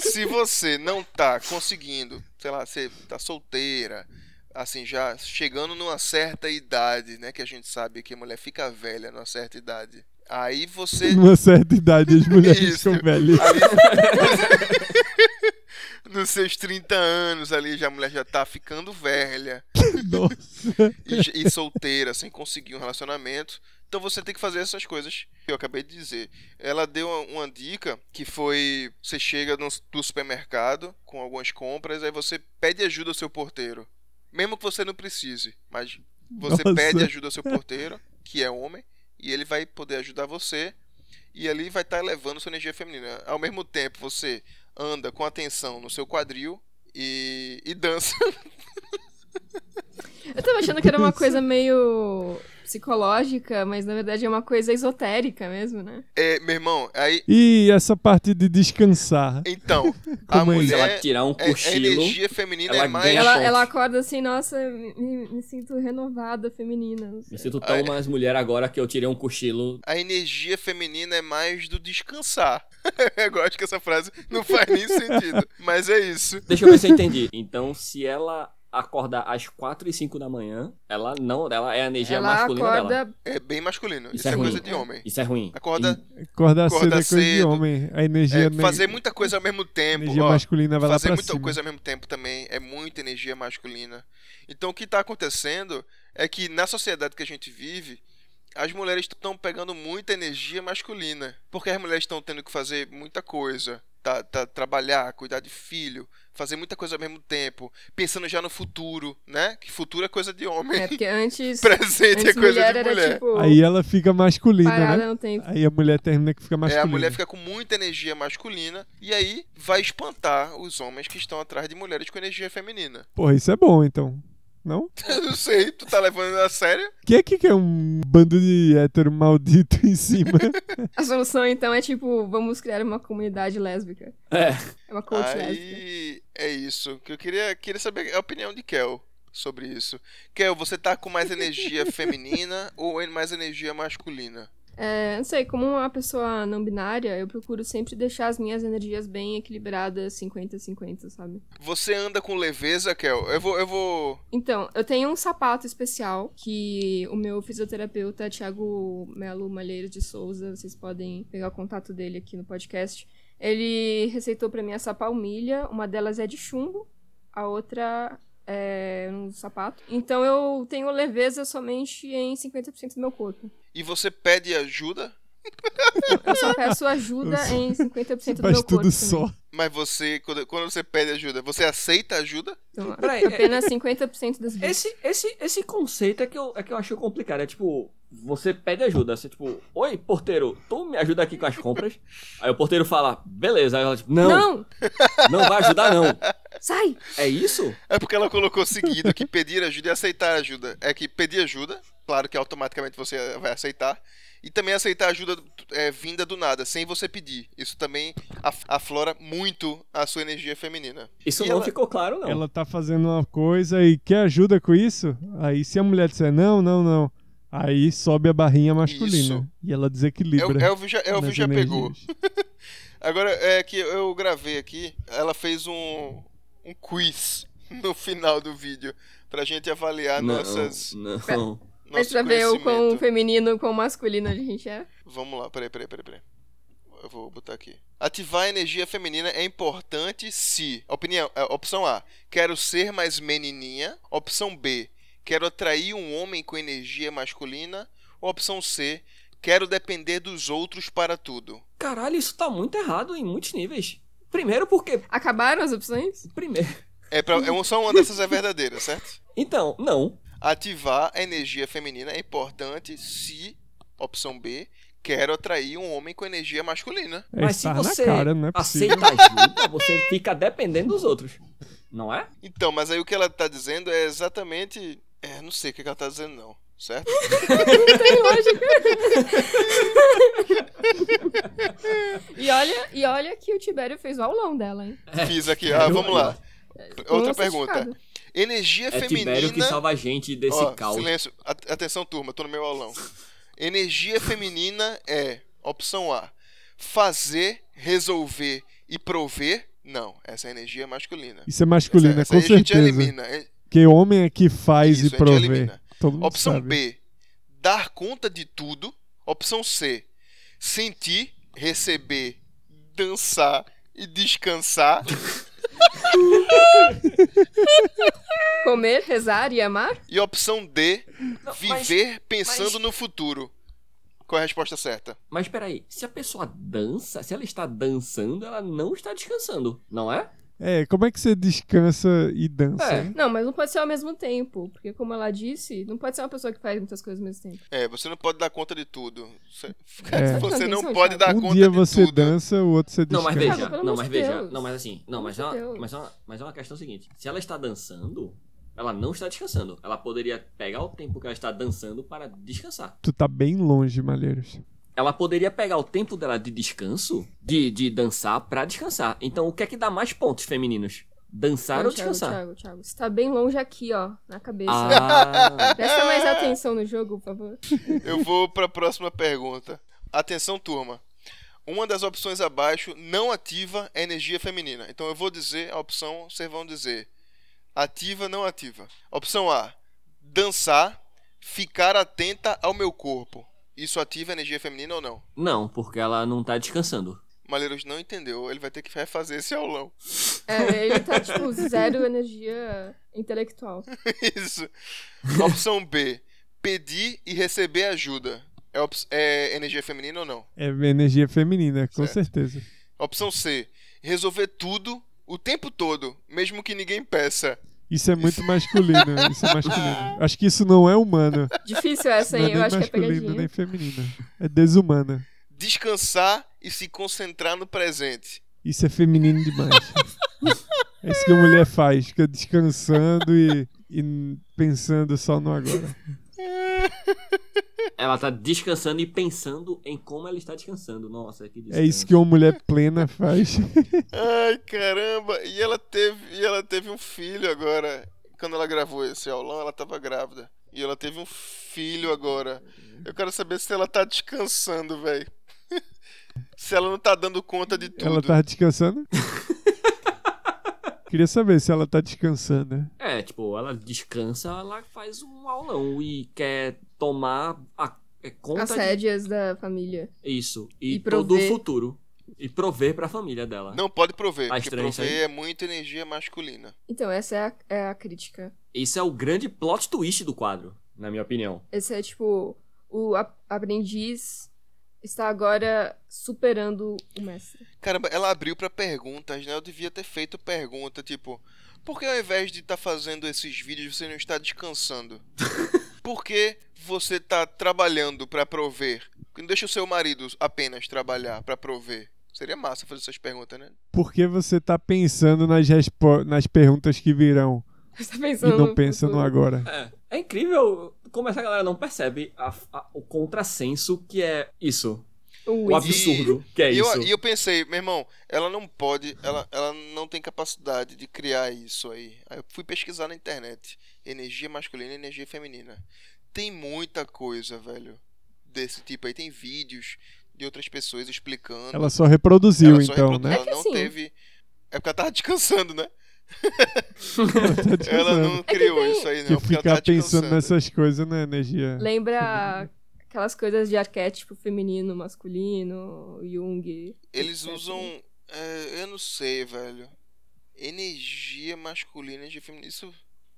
[SPEAKER 3] se você não tá conseguindo, sei lá, você tá solteira, assim, já chegando numa certa idade, né? Que a gente sabe que a mulher fica velha numa certa idade. Aí você.
[SPEAKER 2] Numa certa idade as mulheres
[SPEAKER 3] Isso.
[SPEAKER 2] são velhas.
[SPEAKER 3] Nos seus 30 anos ali, já a mulher já tá ficando velha
[SPEAKER 2] <laughs> Nossa.
[SPEAKER 3] e, j- e solteira, sem conseguir um relacionamento. Então você tem que fazer essas coisas que eu acabei de dizer. Ela deu uma, uma dica que foi: você chega no, do supermercado com algumas compras, aí você pede ajuda ao seu porteiro. Mesmo que você não precise, mas você
[SPEAKER 2] Nossa.
[SPEAKER 3] pede ajuda ao seu porteiro, que é homem, e ele vai poder ajudar você. E ali vai estar elevando sua energia feminina. Ao mesmo tempo, você anda com atenção no seu quadril e, e dança. <laughs>
[SPEAKER 1] <laughs>
[SPEAKER 4] Eu tava achando que era uma coisa meio psicológica, mas na verdade é uma coisa esotérica mesmo, né?
[SPEAKER 3] É, meu irmão, aí.
[SPEAKER 2] E essa parte de descansar.
[SPEAKER 3] Então, a
[SPEAKER 2] Como é isso?
[SPEAKER 1] Se
[SPEAKER 3] mulher.
[SPEAKER 1] ela tirar um
[SPEAKER 3] é- a
[SPEAKER 1] cochilo.
[SPEAKER 3] energia feminina
[SPEAKER 1] ela
[SPEAKER 3] é mais.
[SPEAKER 1] ganha
[SPEAKER 4] Ela,
[SPEAKER 1] ponto.
[SPEAKER 4] ela acorda assim, nossa, me- me, me sinto renovada, feminina. não sei.
[SPEAKER 1] Me sinto
[SPEAKER 3] É.
[SPEAKER 1] tão mais mulher agora que eu tirei um cochilo.
[SPEAKER 3] A energia feminina é mais do descansar. <laughs> eu gosto que essa frase não faz nem
[SPEAKER 2] <laughs>
[SPEAKER 3] sentido. Mas é isso.
[SPEAKER 1] Deixa eu ver se eu entendi. Então, se ela acordar às 4 e 5 da manhã, ela não. Ela é a energia
[SPEAKER 4] Ela
[SPEAKER 1] masculina dela.
[SPEAKER 4] acorda
[SPEAKER 3] É bem masculino. Isso,
[SPEAKER 1] Isso
[SPEAKER 3] é
[SPEAKER 1] é
[SPEAKER 3] coisa
[SPEAKER 1] ruim.
[SPEAKER 3] de homem.
[SPEAKER 1] Isso é ruim.
[SPEAKER 3] Acorda,
[SPEAKER 2] Acordar cedo é
[SPEAKER 3] Acordar
[SPEAKER 2] coisa de
[SPEAKER 3] cedo.
[SPEAKER 2] homem. A energia.
[SPEAKER 3] é,
[SPEAKER 2] ne-
[SPEAKER 3] fazer muita coisa ao mesmo tempo.
[SPEAKER 2] energia
[SPEAKER 3] ó.
[SPEAKER 2] masculina vai lá
[SPEAKER 3] fazer
[SPEAKER 2] pra
[SPEAKER 3] muita
[SPEAKER 2] cima.
[SPEAKER 3] coisa ao mesmo tempo também é muita energia masculina. Então o que está acontecendo é que na sociedade que a gente vive, as mulheres estão pegando muita energia masculina, porque as mulheres estão tendo que fazer muita coisa, tá, tá- trabalhar, cuidar de filho, fazer muita coisa ao mesmo tempo, pensando já no futuro, né? Que futuro é coisa de homem, <laughs>
[SPEAKER 4] É, porque antes,
[SPEAKER 3] presente é
[SPEAKER 4] antes
[SPEAKER 3] coisa
[SPEAKER 4] mulher
[SPEAKER 3] de
[SPEAKER 4] era
[SPEAKER 3] mulher.
[SPEAKER 4] tipo
[SPEAKER 2] Aí ela fica
[SPEAKER 1] é
[SPEAKER 2] masculina,
[SPEAKER 4] parada
[SPEAKER 2] né?
[SPEAKER 4] no tempo.
[SPEAKER 2] Aí a mulher termina que fica
[SPEAKER 3] É,
[SPEAKER 2] masculina.
[SPEAKER 3] a mulher fica com muita energia masculina e aí vai espantar os homens que estão atrás de mulheres com energia feminina.
[SPEAKER 2] Porra, isso é bom então. Não?
[SPEAKER 3] Eu <laughs> não sei, tu tá levando a sério?
[SPEAKER 2] Quem é que quer um bando de hétero maldito <laughs> em cima?
[SPEAKER 4] A solução então é tipo, vamos criar uma comunidade lésbica.
[SPEAKER 1] É.
[SPEAKER 4] É uma coach lésbica.
[SPEAKER 3] Aí é isso. Que eu queria, queria saber a opinião de Kel sobre isso. Kel, você tá com mais energia feminina ou mais energia masculina?
[SPEAKER 4] É, não sei, como uma pessoa não binária, eu procuro sempre deixar as minhas energias bem equilibradas, 50-50, sabe?
[SPEAKER 3] Você anda com leveza, Kel? Eu vou, eu vou.
[SPEAKER 4] Então, eu tenho um sapato especial que o meu fisioterapeuta, Thiago Melo Malheiros de Souza, vocês podem pegar o contato dele aqui no podcast. Ele receitou pra mim essa palmilha, uma delas é de chumbo, a outra é um sapato. Então eu tenho leveza somente em 50% do meu corpo.
[SPEAKER 3] E você pede ajuda,
[SPEAKER 4] Eu só peço ajuda em 50% <laughs> do meu
[SPEAKER 2] Faz
[SPEAKER 4] corpo.
[SPEAKER 2] tudo
[SPEAKER 4] também.
[SPEAKER 2] só.
[SPEAKER 3] mas você, quando, quando você pede ajuda, você aceita ajuda?
[SPEAKER 4] Então,
[SPEAKER 1] Peraí, é,
[SPEAKER 4] apenas 50% das vezes.
[SPEAKER 1] Esse, esse, esse conceito é que, eu, é que eu achei complicado. É tipo, você pede ajuda. Você, tipo, oi, porteiro, tu me ajuda aqui com as compras? Aí o porteiro fala, beleza. Aí ela, tipo, não, não,
[SPEAKER 4] Não!
[SPEAKER 1] vai ajudar, não.
[SPEAKER 4] Sai!
[SPEAKER 1] É isso?
[SPEAKER 3] É porque ela colocou seguido que pedir ajuda e aceitar ajuda. É que pedir ajuda, claro que automaticamente você vai aceitar. E também aceitar ajuda é, vinda do nada, sem você pedir. Isso também af- aflora muito a sua energia feminina.
[SPEAKER 1] Isso
[SPEAKER 3] E
[SPEAKER 1] não
[SPEAKER 3] ela-
[SPEAKER 1] ficou claro, não.
[SPEAKER 2] Ela tá fazendo uma coisa e quer ajuda com isso? Aí se a mulher disser não, não, não. Aí sobe a barrinha masculina.
[SPEAKER 3] Isso. É
[SPEAKER 2] E ela
[SPEAKER 3] El,
[SPEAKER 2] desequilibra.
[SPEAKER 3] Elvio já, Elvio
[SPEAKER 2] nas
[SPEAKER 3] já pegou.
[SPEAKER 2] energias.
[SPEAKER 3] Agora, é que eu gravei aqui, ela fez um, um quiz <laughs> no final do vídeo pra gente avaliar
[SPEAKER 1] não,
[SPEAKER 3] nossas,
[SPEAKER 1] não.
[SPEAKER 4] Mas
[SPEAKER 3] nosso
[SPEAKER 4] pra ver o quão
[SPEAKER 3] conhecimento.
[SPEAKER 4] feminino, quão masculino a gente é.
[SPEAKER 3] Vamos lá, peraí, peraí, peraí, peraí. Eu vou botar aqui. Ativar a energia feminina é importante se. Opinião, é, opção A. Quero ser mais menininha. Opção B. Quero atrair um homem com energia masculina. Opção C. Quero depender dos outros para tudo.
[SPEAKER 1] Caralho, isso tá muito errado em muitos níveis. Primeiro porque...
[SPEAKER 4] Acabaram as opções?
[SPEAKER 1] Primeiro...
[SPEAKER 3] É, pra, é um, só uma dessas é verdadeira, certo?
[SPEAKER 1] Então, não.
[SPEAKER 3] Ativar a energia feminina é importante se. Opção B. Quero atrair um homem com energia masculina.
[SPEAKER 2] É
[SPEAKER 1] Mas se
[SPEAKER 2] estar
[SPEAKER 1] você
[SPEAKER 2] na cara, não é possível.
[SPEAKER 1] aceita ajuda, você fica dependendo dos outros. Não é?
[SPEAKER 3] Então, mas aí o que ela tá dizendo é exatamente. É, não sei o que que ela tá dizendo, não, certo?
[SPEAKER 4] Tem lógica. e, olha, e olha que o Tibério fez o aulão dela, hein?
[SPEAKER 1] É.
[SPEAKER 3] Fiz aqui, ah, vamos lá.
[SPEAKER 4] Com
[SPEAKER 3] Outra
[SPEAKER 4] um
[SPEAKER 3] pergunta.
[SPEAKER 4] certificado.
[SPEAKER 3] Energia
[SPEAKER 1] É Tibério que
[SPEAKER 3] feminina.
[SPEAKER 1] salva a gente desse
[SPEAKER 3] Ó,
[SPEAKER 1] caos.
[SPEAKER 3] silêncio. A- Atenção, turma, tô no meu aulão. Energia feminina é opção A. Fazer, resolver e prover. Não, essa é a energia masculina.
[SPEAKER 2] Isso é masculina,
[SPEAKER 3] essa,
[SPEAKER 2] com
[SPEAKER 3] essa aí a gente
[SPEAKER 2] certeza.
[SPEAKER 3] elimina. hein?
[SPEAKER 2] Que homem é que faz
[SPEAKER 3] Isso, a
[SPEAKER 2] e
[SPEAKER 3] gente
[SPEAKER 2] provê.
[SPEAKER 3] elimina.
[SPEAKER 2] Todo mundo
[SPEAKER 3] Opção
[SPEAKER 2] sabe.
[SPEAKER 3] B, dar conta de tudo. Opção C, sentir, receber, dançar e
[SPEAKER 2] <laughs>
[SPEAKER 3] descansar.
[SPEAKER 4] Comer, rezar e amar?
[SPEAKER 3] E opção D,
[SPEAKER 1] Não, mas-
[SPEAKER 3] viver pensando
[SPEAKER 1] mas-
[SPEAKER 3] no futuro. Qual é a resposta certa?
[SPEAKER 1] Mas peraí, se a pessoa dança, se ela está dançando, ela não está descansando, não é?
[SPEAKER 2] É, como é que você descansa e dança?
[SPEAKER 1] É.
[SPEAKER 2] hein?
[SPEAKER 4] Não, mas não pode ser ao mesmo tempo. Porque, como ela disse, não pode ser uma pessoa que faz muitas coisas ao mesmo tempo.
[SPEAKER 3] É, você não pode dar conta de tudo. Você,
[SPEAKER 2] É.
[SPEAKER 3] <laughs> você não
[SPEAKER 4] Atenção,
[SPEAKER 3] pode dar
[SPEAKER 2] um
[SPEAKER 3] conta
[SPEAKER 2] dia
[SPEAKER 3] de
[SPEAKER 2] você
[SPEAKER 3] tudo.
[SPEAKER 2] dança, o outro você
[SPEAKER 1] Não,
[SPEAKER 2] descansa.
[SPEAKER 1] mas
[SPEAKER 4] Cara,
[SPEAKER 1] veja,
[SPEAKER 4] pelo
[SPEAKER 1] não,
[SPEAKER 4] amor
[SPEAKER 1] mas
[SPEAKER 4] de
[SPEAKER 1] veja,
[SPEAKER 4] Deus.
[SPEAKER 1] não, mas assim, não, mas é
[SPEAKER 4] Pelo amor
[SPEAKER 1] uma,
[SPEAKER 4] de Deus.
[SPEAKER 1] mas é uma, mas é uma questão seguinte, se ela está dançando, Ela não está descansando. Ela poderia pegar o tempo que ela está dançando para descansar.
[SPEAKER 2] Tu tá bem longe, Malheiros.
[SPEAKER 1] Ela poderia pegar o tempo dela de descanso, de, de dançar, para descansar. Então, o que é que dá mais pontos femininos? Dançar
[SPEAKER 4] Não,
[SPEAKER 1] ou descansar?
[SPEAKER 4] Thiago, Thiago, você tá bem longe aqui, ó, na cabeça. <laughs>
[SPEAKER 1] Ah,
[SPEAKER 4] Presta mais atenção no jogo, por favor.
[SPEAKER 3] Eu vou para a próxima pergunta. Atenção, turma. Uma das opções abaixo não ativa a energia feminina. Então eu vou dizer a opção, vocês vão dizer ativa, não ativa. Opção A: dançar, ficar atenta ao meu corpo. Isso ativa a energia feminina ou não?
[SPEAKER 1] não, porque ela não tá descansando.
[SPEAKER 3] Malheiros não entendeu, ele vai ter que refazer esse aulão. <laughs>
[SPEAKER 4] É, ele tá, tipo, zero energia intelectual.
[SPEAKER 3] Isso. Opção B: pedir e receber ajuda. É, ops- é energia feminina ou não?
[SPEAKER 2] É energia feminina, com
[SPEAKER 3] Certo.
[SPEAKER 2] certeza.
[SPEAKER 3] Opção C: resolver tudo o tempo todo, mesmo que ninguém peça.
[SPEAKER 2] Isso é muito masculino. Isso é
[SPEAKER 3] <laughs>
[SPEAKER 2] masculino. Acho que isso não é humano.
[SPEAKER 4] Difícil essa,
[SPEAKER 2] não é
[SPEAKER 4] hein?
[SPEAKER 2] nem
[SPEAKER 4] Eu acho que é
[SPEAKER 2] masculino,
[SPEAKER 4] pegadinha.
[SPEAKER 2] nem feminino. É desumana.
[SPEAKER 3] Descansar e se concentrar no presente.
[SPEAKER 2] Isso é feminino demais. é isso que a mulher faz. Fica descansando e, e pensando só no agora.
[SPEAKER 1] Ela tá descansando e pensando em como ela está descansando. Nossa, que
[SPEAKER 2] É isso que uma mulher plena faz.
[SPEAKER 3] Ai, caramba! E ela teve, e ela teve um filho agora. Quando ela gravou esse aulão, ela tava grávida. E ela teve um filho agora. Eu quero saber se ela tá descansando, velho. <laughs> se ela não tá dando conta de tudo.
[SPEAKER 2] Ela tá descansando? Queria saber se ela tá descansando, né?
[SPEAKER 1] É, tipo, ela descansa, ela faz um aulão e quer tomar a, é, conta
[SPEAKER 4] As rédeas da família.
[SPEAKER 1] de isso e,
[SPEAKER 4] E
[SPEAKER 1] todo o
[SPEAKER 4] prover.
[SPEAKER 1] futuro e prover pra família dela.
[SPEAKER 3] Não pode prover,
[SPEAKER 1] Tá
[SPEAKER 3] porque
[SPEAKER 1] estranho isso
[SPEAKER 3] prover é muita energia masculina.
[SPEAKER 4] Então, essa é a, é a crítica.
[SPEAKER 1] Esse é o grande plot twist do quadro, na minha opinião.
[SPEAKER 4] Esse é, tipo, o a- aprendiz está agora superando o mestre. <laughs>
[SPEAKER 3] Caramba, ela abriu pra perguntas, né? Eu devia ter feito pergunta, tipo, por que ao invés de estar fazendo esses vídeos você não está descansando? por que você tá trabalhando pra prover? Não deixa o seu marido apenas trabalhar pra prover. Seria massa fazer essas perguntas, né?
[SPEAKER 2] Por que você tá pensando nas, respo- nas perguntas que virão
[SPEAKER 4] Você tá
[SPEAKER 2] e
[SPEAKER 4] pensando
[SPEAKER 2] não pensa no
[SPEAKER 4] futuro.
[SPEAKER 2] agora?
[SPEAKER 1] É, é incrível como essa galera não percebe a- a- o contrassenso que é isso. O
[SPEAKER 4] O
[SPEAKER 3] ab-
[SPEAKER 4] Wiz.
[SPEAKER 1] absurdo que é
[SPEAKER 3] e,
[SPEAKER 1] isso.
[SPEAKER 3] eu, e eu pensei, meu irmão, ela não pode, ela, ela não tem capacidade de criar isso aí. Aí eu fui pesquisar na internet. Energia masculina e energia feminina. Tem muita coisa, velho, desse tipo aí. Tem vídeos de outras pessoas explicando.
[SPEAKER 2] Ela só reproduziu,
[SPEAKER 3] Ela só
[SPEAKER 2] então,
[SPEAKER 3] reprodu-
[SPEAKER 2] né?
[SPEAKER 4] É
[SPEAKER 3] Ela
[SPEAKER 4] que
[SPEAKER 3] não
[SPEAKER 4] assim-
[SPEAKER 3] teve. É porque ela tava <laughs> descansando, né?
[SPEAKER 2] Ela tá
[SPEAKER 3] Ela
[SPEAKER 2] descansando.
[SPEAKER 3] não criou
[SPEAKER 4] tem-
[SPEAKER 3] isso aí, não.
[SPEAKER 2] Que
[SPEAKER 3] porque ela tava
[SPEAKER 2] ficar pensando
[SPEAKER 3] descansando.
[SPEAKER 2] nessas coisas na energia. né?
[SPEAKER 4] Lembra aquelas coisas de arquétipo feminino, masculino, Jung.
[SPEAKER 3] Eles
[SPEAKER 4] etc.
[SPEAKER 3] usam. é, eu não sei, velho. Energia masculina, energia feminina. Isso.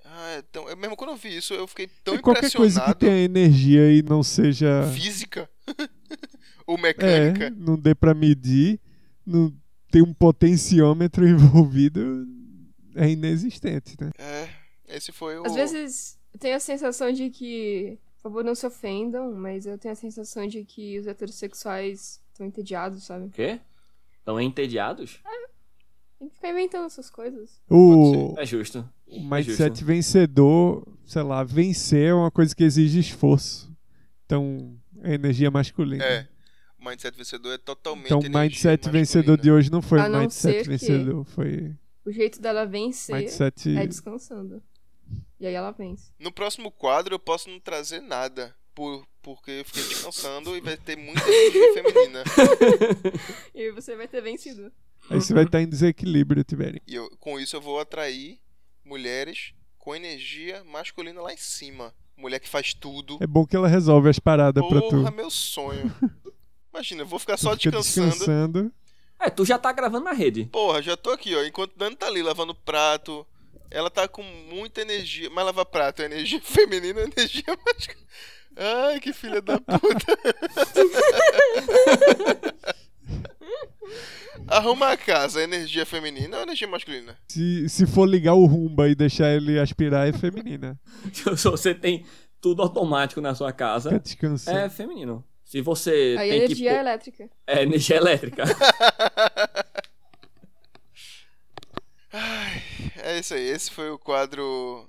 [SPEAKER 3] Ah, então. Eu, mesmo quando eu vi isso, eu fiquei tão
[SPEAKER 2] E qualquer coisa que
[SPEAKER 3] impressionado.
[SPEAKER 2] tenha energia e não seja.
[SPEAKER 3] Física <laughs> ou
[SPEAKER 2] É,
[SPEAKER 3] mecânica.
[SPEAKER 2] não dê pra medir, não tem um potenciômetro <laughs> envolvido, é inexistente, né?
[SPEAKER 3] É. Esse foi o.
[SPEAKER 4] Às vezes eu tenho a sensação de que. Por favor, não se ofendam, mas eu tenho a sensação de que os heterossexuais estão entediados, sabe?
[SPEAKER 1] O quê? Estão entediados?
[SPEAKER 4] Tem que ficar inventando essas coisas.
[SPEAKER 2] O,
[SPEAKER 1] É justo.
[SPEAKER 2] o
[SPEAKER 1] É
[SPEAKER 2] mindset
[SPEAKER 1] justo.
[SPEAKER 2] vencedor, sei lá, vencer é uma coisa que exige esforço. Então, é energia masculina.
[SPEAKER 3] É. O mindset vencedor é totalmente.
[SPEAKER 2] Então, o
[SPEAKER 3] energia
[SPEAKER 2] mindset
[SPEAKER 3] masculina.
[SPEAKER 2] vencedor de hoje não foi
[SPEAKER 4] A não ser
[SPEAKER 2] mindset
[SPEAKER 4] que-
[SPEAKER 2] vencedor, foi
[SPEAKER 4] O jeito dela vencer
[SPEAKER 2] mindset.
[SPEAKER 4] é descansando. E aí ela vence.
[SPEAKER 3] No próximo quadro eu posso não trazer nada. Por, porque eu fiquei descansando e vai ter muita
[SPEAKER 2] <laughs>
[SPEAKER 3] energia feminina.
[SPEAKER 4] E aí você vai ter vencido.
[SPEAKER 2] Aí você vai estar em desequilíbrio, Tibério.
[SPEAKER 3] E eu- com isso eu vou atrair mulheres com energia masculina lá em cima. Mulher que faz tudo.
[SPEAKER 2] É bom que ela resolve as paradas pra
[SPEAKER 3] Porra,
[SPEAKER 2] tu. <laughs>
[SPEAKER 3] meu sonho. Imagina, eu vou ficar
[SPEAKER 2] Tu
[SPEAKER 3] só
[SPEAKER 2] fica
[SPEAKER 3] descansando.
[SPEAKER 2] descansando.
[SPEAKER 1] É, tu já tá gravando na rede. <laughs>
[SPEAKER 3] Porra, já tô aqui, ó. Enquanto Dani tá ali lavando prato. Ela tá com muita energia. Mas lavar prato é energia <laughs> feminina, é energia masculina. Ai, que filha
[SPEAKER 2] <laughs>
[SPEAKER 3] da puta. Arrumar a casa, é energia feminina ou energia masculina?
[SPEAKER 2] Se, se for ligar o rumba e deixar ele aspirar, é feminina.
[SPEAKER 1] Se você tem tudo automático na sua
[SPEAKER 2] Fica
[SPEAKER 1] casa,
[SPEAKER 2] descansando.
[SPEAKER 1] é feminino. Se você
[SPEAKER 4] Aí
[SPEAKER 1] tem
[SPEAKER 4] energia
[SPEAKER 1] que... pôr-
[SPEAKER 4] elétrica.
[SPEAKER 1] É energia elétrica.
[SPEAKER 3] Ai, é isso aí. Esse foi o quadro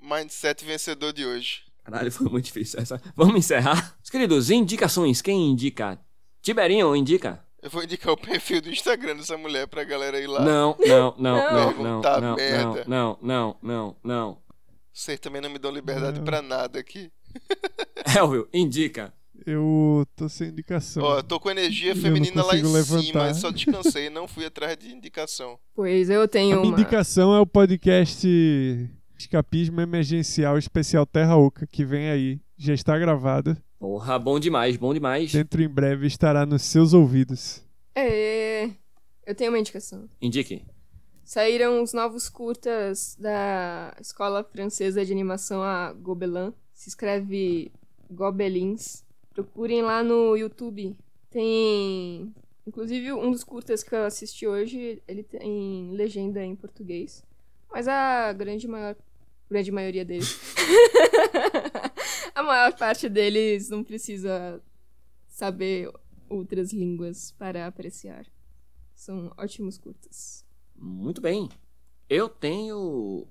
[SPEAKER 3] mindset vencedor de hoje.
[SPEAKER 1] Caralho, foi muito difícil essa. Vamos encerrar. Os queridos, indicações. Quem indica? Tiberinho indica?
[SPEAKER 3] Eu vou indicar o <laughs> perfil do Instagram dessa mulher pra galera ir lá.
[SPEAKER 1] Não,
[SPEAKER 3] <laughs>
[SPEAKER 1] não, não, não, não,
[SPEAKER 3] Puta
[SPEAKER 1] não,
[SPEAKER 3] merda.
[SPEAKER 1] não, não, não, não.
[SPEAKER 3] Vocês também não me dão liberdade
[SPEAKER 2] Não.
[SPEAKER 3] pra nada aqui.
[SPEAKER 1] Elvio, indica.
[SPEAKER 2] Eu tô sem indicação.
[SPEAKER 3] Ó, eu tô com energia
[SPEAKER 2] Eu não
[SPEAKER 3] feminina lá em
[SPEAKER 2] consigo
[SPEAKER 3] cima,
[SPEAKER 2] levantar.
[SPEAKER 3] eu
[SPEAKER 2] <laughs>
[SPEAKER 3] só descansei, não fui atrás de indicação.
[SPEAKER 4] Pois eu
[SPEAKER 2] a
[SPEAKER 4] tenho
[SPEAKER 2] minha
[SPEAKER 4] uma.
[SPEAKER 2] indicação é o podcast Escapismo Emergencial Especial Terra Oca, que vem aí. Já está gravado.
[SPEAKER 1] Porra, bom demais, bom demais.
[SPEAKER 2] Dentro em breve estará nos seus ouvidos.
[SPEAKER 4] É, eu tenho uma indicação.
[SPEAKER 1] Indique.
[SPEAKER 4] Saíram os novos curtas da escola francesa de animação a Gobelin. Se escreve Gobelins. Procurem lá no YouTube. Tem. Inclusive, um dos curtas que eu assisti hoje, ele tem legenda em português. Mas a grande maior. Grande maioria deles. <laughs> a maior parte deles não precisa saber outras línguas para apreciar. São ótimos curtas.
[SPEAKER 1] Muito bem. Eu tenho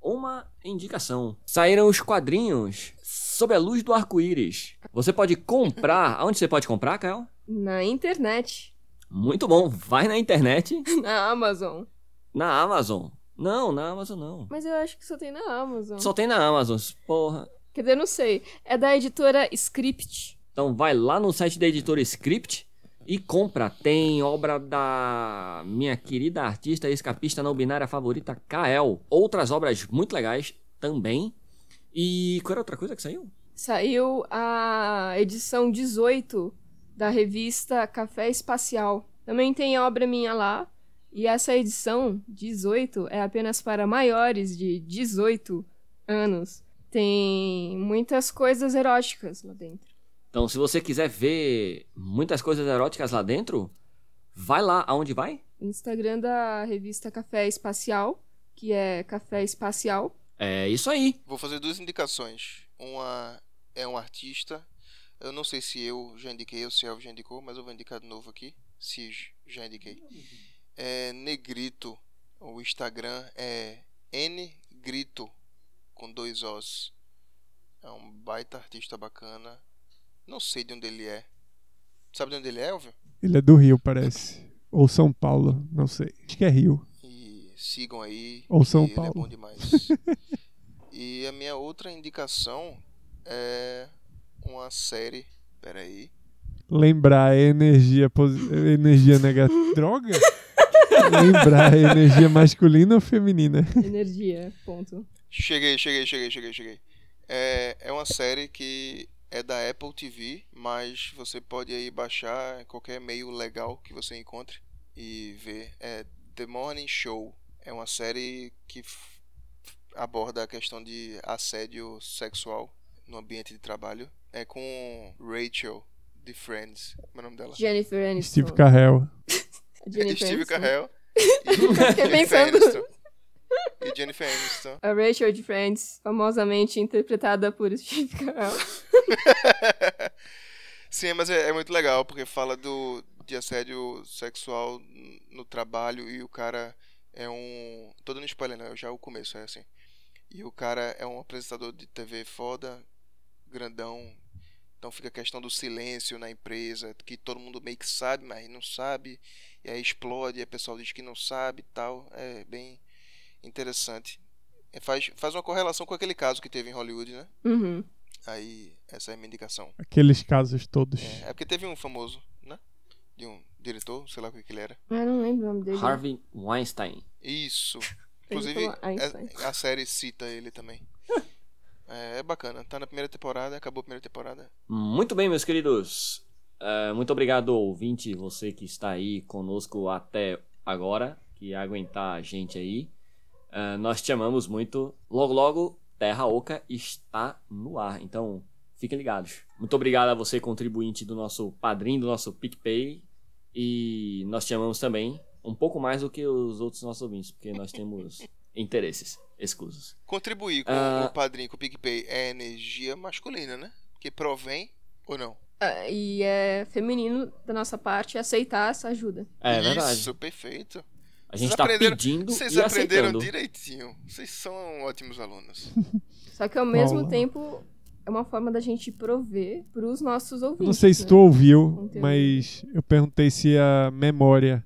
[SPEAKER 1] uma indicação. Saíram os quadrinhos sob a luz do arco-íris. Você pode comprar. <laughs> Aonde você pode comprar, Kael?
[SPEAKER 4] Na internet. <laughs>
[SPEAKER 1] Muito bom. Vai na internet,
[SPEAKER 4] Na Amazon.
[SPEAKER 1] na Amazon. Não, na Amazon não.
[SPEAKER 4] Mas eu acho que só tem na Amazon.
[SPEAKER 1] Só tem na Amazon, porra.
[SPEAKER 4] Quer dizer, não sei. É da editora Script.
[SPEAKER 1] Então vai lá no site da editora Script e compra. Tem obra da minha querida artista e escapista não binária favorita, Kael. Outras obras muito legais também. E qual era a outra coisa que saiu?
[SPEAKER 4] Saiu a edição 18 da revista Café Espacial. Também tem obra minha lá. E essa edição 18 é apenas para maiores de 18 anos. Tem muitas coisas eróticas lá dentro.
[SPEAKER 1] Então, se você quiser ver muitas coisas eróticas lá dentro, vai lá. Aonde vai?
[SPEAKER 4] Instagram da revista Café Espacial, que é Café Espacial. <laughs>
[SPEAKER 1] É isso aí.
[SPEAKER 3] Vou fazer duas indicações. Uma é um artista. Eu não sei se eu já indiquei ou se Elvio já indicou, mas eu vou indicar de novo aqui. Se j- já indiquei. É Negrito. O Instagram é Ngrito com dois Os. É um baita artista bacana. Não sei de onde ele é. Sabe de onde ele é, Elvio?
[SPEAKER 2] Ele é do Rio, parece. Ou São Paulo, não sei. Acho que é Rio.
[SPEAKER 3] E sigam aí.
[SPEAKER 2] Ou São
[SPEAKER 3] que
[SPEAKER 2] Paulo.
[SPEAKER 3] Ele é bom demais.
[SPEAKER 2] <laughs>
[SPEAKER 3] e a minha outra indicação é uma série. Peraí.
[SPEAKER 2] Lembrar é energia, posi- energia negativa. Droga! Lembrar é energia masculina ou feminina?
[SPEAKER 4] Energia, ponto.
[SPEAKER 3] Cheguei, cheguei, cheguei, cheguei, cheguei. É, é uma série que é da Apple TV, mas você pode aí baixar em qualquer meio legal que você encontre e ver. É The Morning Show. É uma série que f- aborda a questão de assédio sexual no ambiente de trabalho. É com Rachel de Friends. Como é o nome dela?
[SPEAKER 4] Jennifer Aniston.
[SPEAKER 2] Steve Carrell.
[SPEAKER 4] A
[SPEAKER 3] É, <laughs>
[SPEAKER 4] Jennifer
[SPEAKER 3] Steve
[SPEAKER 4] Aniston. <laughs>
[SPEAKER 3] Carell.
[SPEAKER 4] Fiquei pensando.
[SPEAKER 3] Aniston. E Jennifer Aniston.
[SPEAKER 4] A Rachel de Friends, famosamente interpretada por <laughs> Steve Carell.
[SPEAKER 3] Sim, mas é, é muito legal, porque fala do, de assédio sexual n- no trabalho e o cara é um. Todo no spoiler, não, já o começo, é assim. E o cara é um apresentador de TV foda, grandão. Então fica a questão do silêncio na empresa, que todo mundo meio que sabe, mas não sabe. E aí explode, e o pessoal diz que não sabe e tal. É bem interessante. É, faz, faz uma correlação com aquele caso que teve em Hollywood, né?
[SPEAKER 4] Uhum.
[SPEAKER 3] Aí, essa é a minha indicação.
[SPEAKER 2] Aqueles casos todos.
[SPEAKER 3] É, é porque teve um famoso, né? De um diretor, sei lá o que que ele era.
[SPEAKER 4] Eu Ah, não lembro o nome dele.
[SPEAKER 1] Harvey Weinstein.
[SPEAKER 4] <laughs>
[SPEAKER 3] Isso.
[SPEAKER 4] Ele
[SPEAKER 3] Inclusive, é,
[SPEAKER 4] falou "Ah, Einstein.
[SPEAKER 3] a, a série cita ele
[SPEAKER 4] <laughs>
[SPEAKER 3] também. É, é bacana. Tá na primeira temporada, acabou a primeira temporada.
[SPEAKER 1] Muito bem, meus queridos. É, muito obrigado, ouvinte, você que está aí conosco até agora, que aguentar a gente aí. É, nós te amamos muito. Logo, logo, Terra Oca está no ar. Então, fiquem ligados. Muito obrigado a você, contribuinte do nosso padrinho, do nosso PicPay. E nós te amamos também um pouco mais do que os outros nossos ouvintes, porque nós
[SPEAKER 3] <laughs>
[SPEAKER 1] temos interesses exclusos.
[SPEAKER 3] Contribuir com
[SPEAKER 1] Ah.
[SPEAKER 3] o padrinho, com o PicPay, é energia masculina, né? Que provém ou não.
[SPEAKER 4] Ah, e é feminino da nossa parte aceitar essa ajuda.
[SPEAKER 1] É verdade.
[SPEAKER 3] Isso, perfeito.
[SPEAKER 1] A A gente
[SPEAKER 3] Vocês
[SPEAKER 1] tá
[SPEAKER 3] aprenderam-
[SPEAKER 1] pedindo
[SPEAKER 3] Vocês
[SPEAKER 1] e
[SPEAKER 3] aprenderam
[SPEAKER 1] aceitando.
[SPEAKER 3] direitinho. Vocês são
[SPEAKER 1] <laughs>
[SPEAKER 3] ótimos alunos.
[SPEAKER 4] Só que ao mesmo
[SPEAKER 2] Paula.
[SPEAKER 4] tempo é uma forma da gente prover pros nossos ouvintes.
[SPEAKER 2] Eu não sei se
[SPEAKER 4] né?
[SPEAKER 2] tu ouviu,
[SPEAKER 4] Conteúdo.
[SPEAKER 2] mas eu perguntei se a memória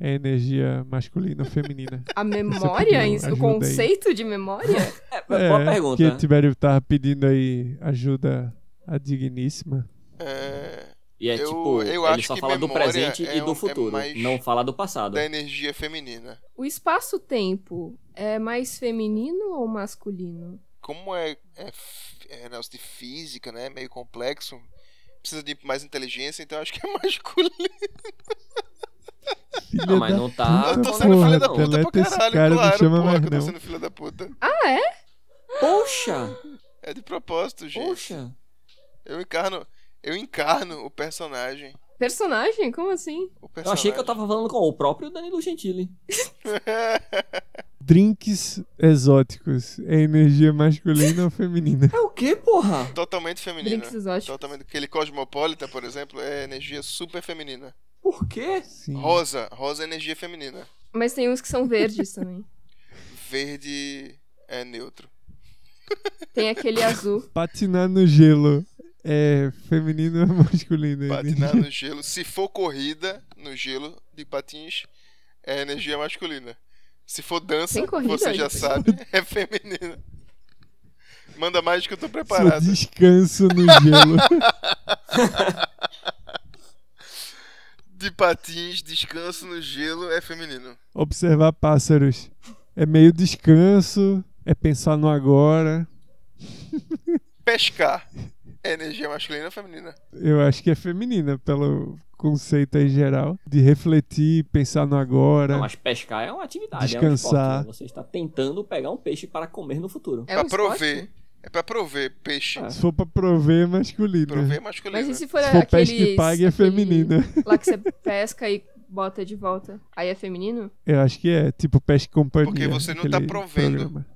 [SPEAKER 2] é energia masculina ou feminina. <laughs>
[SPEAKER 4] A
[SPEAKER 2] pediu
[SPEAKER 4] memória, em-
[SPEAKER 2] ajuda
[SPEAKER 4] o
[SPEAKER 2] aí.
[SPEAKER 4] conceito de memória?
[SPEAKER 1] <laughs> É, boa
[SPEAKER 2] É,
[SPEAKER 1] pergunta.
[SPEAKER 2] Que Tibério tava pedindo aí ajuda à digníssima.
[SPEAKER 3] É,
[SPEAKER 1] E é
[SPEAKER 3] Eu-
[SPEAKER 1] tipo,
[SPEAKER 3] eu
[SPEAKER 1] ele
[SPEAKER 3] acho
[SPEAKER 1] só
[SPEAKER 3] que
[SPEAKER 1] fala do
[SPEAKER 3] memória
[SPEAKER 1] presente
[SPEAKER 3] é
[SPEAKER 1] e
[SPEAKER 3] um- é
[SPEAKER 1] do futuro.
[SPEAKER 3] mais-
[SPEAKER 1] Não fala do passado.
[SPEAKER 3] da energia feminina.
[SPEAKER 4] O espaço-tempo é mais feminino ou masculino?
[SPEAKER 3] Como é, é, f- é negócio de física, né? Meio complexo. Precisa de mais inteligência, então acho que é <laughs> masculino.
[SPEAKER 2] Filha
[SPEAKER 1] Não, mas
[SPEAKER 2] da-
[SPEAKER 1] não tá.
[SPEAKER 3] <laughs> eu tô
[SPEAKER 1] falando
[SPEAKER 3] sendo
[SPEAKER 2] porra,
[SPEAKER 3] filha da
[SPEAKER 1] não.
[SPEAKER 3] puta pra
[SPEAKER 2] Ah, deleta esse
[SPEAKER 3] caralho,
[SPEAKER 2] cara, não
[SPEAKER 3] claro,
[SPEAKER 2] chama
[SPEAKER 3] porra,
[SPEAKER 2] mais
[SPEAKER 3] que eu tô
[SPEAKER 2] não.
[SPEAKER 3] sendo filha da puta.
[SPEAKER 4] Ah, é?
[SPEAKER 1] Poxa!
[SPEAKER 3] É de propósito, gente.
[SPEAKER 1] Poxa!
[SPEAKER 3] Eu encarno, eu encarno o personagem.
[SPEAKER 4] Personagem? Como assim?
[SPEAKER 3] O
[SPEAKER 1] Eu
[SPEAKER 3] personagem.
[SPEAKER 1] achei que eu tava falando com o próprio Danilo Gentili.
[SPEAKER 3] é
[SPEAKER 2] Drinks exóticos é energia masculina
[SPEAKER 1] <laughs>
[SPEAKER 2] ou feminina?
[SPEAKER 1] É o quê, porra?
[SPEAKER 3] <laughs> Totalmente feminino.
[SPEAKER 4] Drinks exóticos.
[SPEAKER 3] Totalmente. Aquele cosmopolita, por exemplo, é energia super feminina.
[SPEAKER 1] Por quê?
[SPEAKER 2] Sim.
[SPEAKER 3] Rosa. Rosa é energia feminina.
[SPEAKER 4] Mas tem uns que são verdes também.
[SPEAKER 3] Verde é neutro.
[SPEAKER 4] Tem aquele azul.
[SPEAKER 2] Patinar no gelo é feminino ou masculino?
[SPEAKER 3] Patinar no gelo. Se for corrida no gelo de patins, é energia masculina. Se for dança,
[SPEAKER 4] Tem corrida
[SPEAKER 3] você
[SPEAKER 4] hoje,
[SPEAKER 3] já
[SPEAKER 4] tem?
[SPEAKER 3] sabe, <laughs> é feminina. Manda mais que eu tô
[SPEAKER 2] Só
[SPEAKER 3] preparado.
[SPEAKER 2] descanso no gelo.
[SPEAKER 3] De patins, descanso no gelo é feminino.
[SPEAKER 2] Observar pássaros é meio descanso, é pensar no agora.
[SPEAKER 3] Pescar é energia masculina ou feminina?
[SPEAKER 2] Eu acho que é feminina, pelo conceito aí geral. De refletir, pensar no agora.
[SPEAKER 1] Não, mas pescar é uma atividade, é um
[SPEAKER 2] Descansar.
[SPEAKER 1] esporte. né? Você está tentando pegar um peixe para comer no futuro.
[SPEAKER 4] É
[SPEAKER 3] pra
[SPEAKER 4] um
[SPEAKER 3] prover.
[SPEAKER 4] esporte?
[SPEAKER 3] É pra prover peixe.
[SPEAKER 1] É.
[SPEAKER 2] Se for pra prover, é masculina.
[SPEAKER 3] Prover é
[SPEAKER 4] Ah, Mas
[SPEAKER 3] masculino.
[SPEAKER 4] e se for,
[SPEAKER 2] Se for
[SPEAKER 4] aqueles,
[SPEAKER 2] pesca e pague, é
[SPEAKER 4] aquele-
[SPEAKER 2] feminina.
[SPEAKER 4] Lá que você pesca e bota de volta. Aí é feminino?
[SPEAKER 2] Eu acho que é, tipo pesca e companhia.
[SPEAKER 3] Porque você não tá
[SPEAKER 2] aquele
[SPEAKER 3] provendo.
[SPEAKER 2] programa.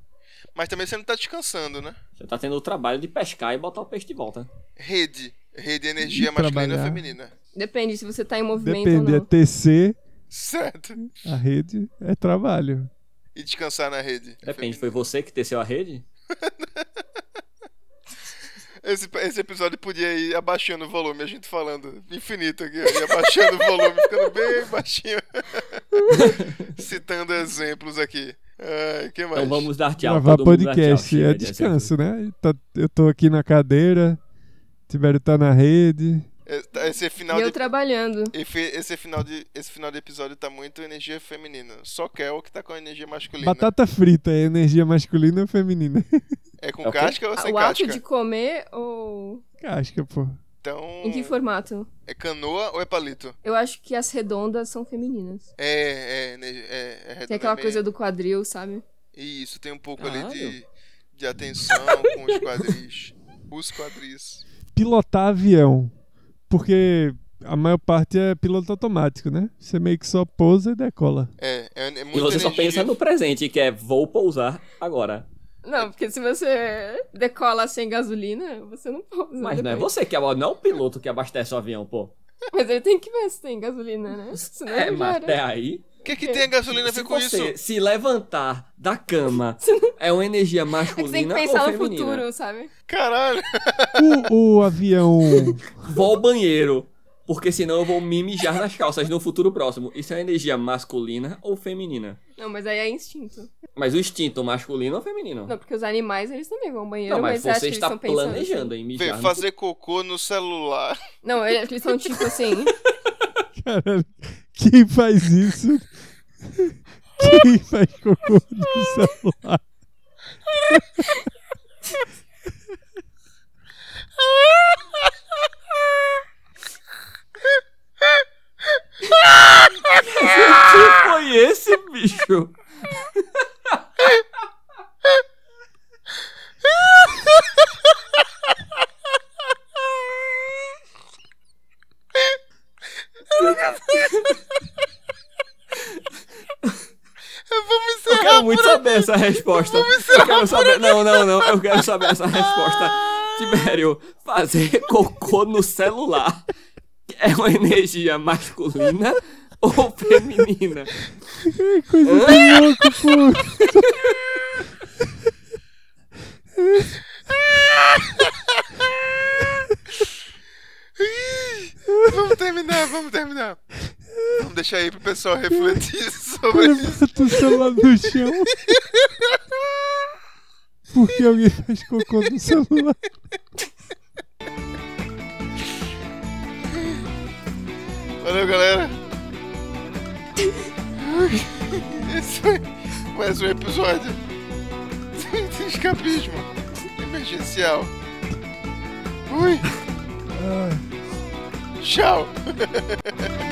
[SPEAKER 3] Mas também você não tá descansando, né?
[SPEAKER 1] Você tá tendo o trabalho de pescar e botar o peixe de volta.
[SPEAKER 3] Rede. Rede é energia
[SPEAKER 2] E
[SPEAKER 3] masculina ou
[SPEAKER 2] trabalhar.
[SPEAKER 3] feminina?
[SPEAKER 4] Depende se você tá em movimento
[SPEAKER 2] Depende, é
[SPEAKER 4] ou não.
[SPEAKER 2] TC,
[SPEAKER 3] Certo.
[SPEAKER 2] a rede, é trabalho.
[SPEAKER 3] E descansar na rede. é
[SPEAKER 1] Depende,
[SPEAKER 3] feminino.
[SPEAKER 1] foi você que teceu a rede?
[SPEAKER 3] Esse, esse episódio podia ir abaixando o volume, a gente falando infinito aqui, ó, e abaixando o volume, ficando bem baixinho. <laughs> Citando exemplos aqui. Ai, que mais?
[SPEAKER 1] Então vamos dar tchau.
[SPEAKER 2] Gravar
[SPEAKER 1] todo mundo dá
[SPEAKER 2] podcast
[SPEAKER 1] tchau,
[SPEAKER 2] é
[SPEAKER 1] chega de
[SPEAKER 2] descanso, né? Tá- eu tô aqui na cadeira, Tibério tá na rede.
[SPEAKER 3] É, tá, Esse final
[SPEAKER 4] E eu
[SPEAKER 3] de
[SPEAKER 4] trabalhando.
[SPEAKER 3] efe- esse é final de esse final de episódio tá muito energia feminina. Só que é o que tá com energia masculina.
[SPEAKER 2] Batata frita é energia masculina ou feminina? <laughs>
[SPEAKER 3] É com
[SPEAKER 1] É o quê?
[SPEAKER 3] casca ou sem
[SPEAKER 4] Ah, o ato
[SPEAKER 3] casca?
[SPEAKER 4] de comer ou.
[SPEAKER 2] Casca, pô.
[SPEAKER 3] Então,
[SPEAKER 4] Em que formato?
[SPEAKER 3] é canoa ou é palito?
[SPEAKER 4] Eu acho que as redondas são femininas.
[SPEAKER 3] É, é, energia- é, é
[SPEAKER 4] Tem
[SPEAKER 3] redondo
[SPEAKER 4] aquela
[SPEAKER 3] mesmo.
[SPEAKER 4] coisa do quadril, sabe?
[SPEAKER 3] Isso, tem um pouco ali de,
[SPEAKER 1] Caralho.
[SPEAKER 3] de atenção com os quadris. Os quadris.
[SPEAKER 2] Pilotar avião. Porque a maior parte é piloto automático, né? Você meio que só pousa e decola.
[SPEAKER 3] É, é, é muito
[SPEAKER 1] E você só
[SPEAKER 3] energia.
[SPEAKER 1] pensa no presente, que é vou pousar agora.
[SPEAKER 3] É.
[SPEAKER 4] Não, porque se você decola sem gasolina, você não pousa.
[SPEAKER 1] Mas não é
[SPEAKER 4] depois.
[SPEAKER 1] você que é, o- não é o piloto que abastece o avião, pô.
[SPEAKER 4] Mas ele tem que ver se tem gasolina, né? Senão
[SPEAKER 1] É,
[SPEAKER 4] ele
[SPEAKER 1] mas
[SPEAKER 4] já
[SPEAKER 1] até
[SPEAKER 4] era.
[SPEAKER 1] aí.
[SPEAKER 3] O que, que tem a gasolina a ver
[SPEAKER 1] Se
[SPEAKER 3] com
[SPEAKER 1] você
[SPEAKER 3] isso?
[SPEAKER 1] se levantar da
[SPEAKER 4] <laughs>
[SPEAKER 1] cama é uma energia
[SPEAKER 4] É que <laughs> você tem que
[SPEAKER 1] masculina ou
[SPEAKER 4] pensar no
[SPEAKER 1] feminina?
[SPEAKER 4] futuro, sabe?
[SPEAKER 1] <laughs>
[SPEAKER 3] Caralho!
[SPEAKER 2] O, o avião.
[SPEAKER 1] Vou ao banheiro, porque senão eu vou me mijar nas calças no futuro próximo. Isso é energia masculina ou feminina?
[SPEAKER 4] Não, mas aí é instinto.
[SPEAKER 1] Mas o instinto masculino ou feminino?
[SPEAKER 4] Não, porque os animais, eles também vão ao banheiro,
[SPEAKER 1] Não, mas
[SPEAKER 4] mas, acho que
[SPEAKER 1] você
[SPEAKER 4] eles
[SPEAKER 1] está
[SPEAKER 4] estão pensando.
[SPEAKER 1] planejando em
[SPEAKER 3] Vê,
[SPEAKER 1] mijar. no
[SPEAKER 3] fazer cocô no celular.
[SPEAKER 4] assim. Não, eu acho que eles são tipo assim.
[SPEAKER 2] Caralho, quem faz isso? <laughs> Quem faz cocô no celular?
[SPEAKER 3] <laughs>
[SPEAKER 1] Que foi esse bicho?
[SPEAKER 3] <laughs> Vamos
[SPEAKER 1] Eu
[SPEAKER 3] encerrar
[SPEAKER 1] quero muito saber essa resposta. Eu quero saber. Não, não, não. Eu quero saber essa resposta. Tibério, fazer cocô no celular é uma energia masculina ou feminina.
[SPEAKER 2] Que coisa de louco, pô.
[SPEAKER 3] Vamos terminar, vamos terminar. Vamos deixar aí pro pessoal refletir <laughs> sobre isso.
[SPEAKER 2] Levanta o celular do chão. Por que alguém faz cocô no celular?
[SPEAKER 3] Valeu, galera. Esse foi mais um episódio de escapismo emergencial. Ui,
[SPEAKER 2] Ah.
[SPEAKER 3] tchau.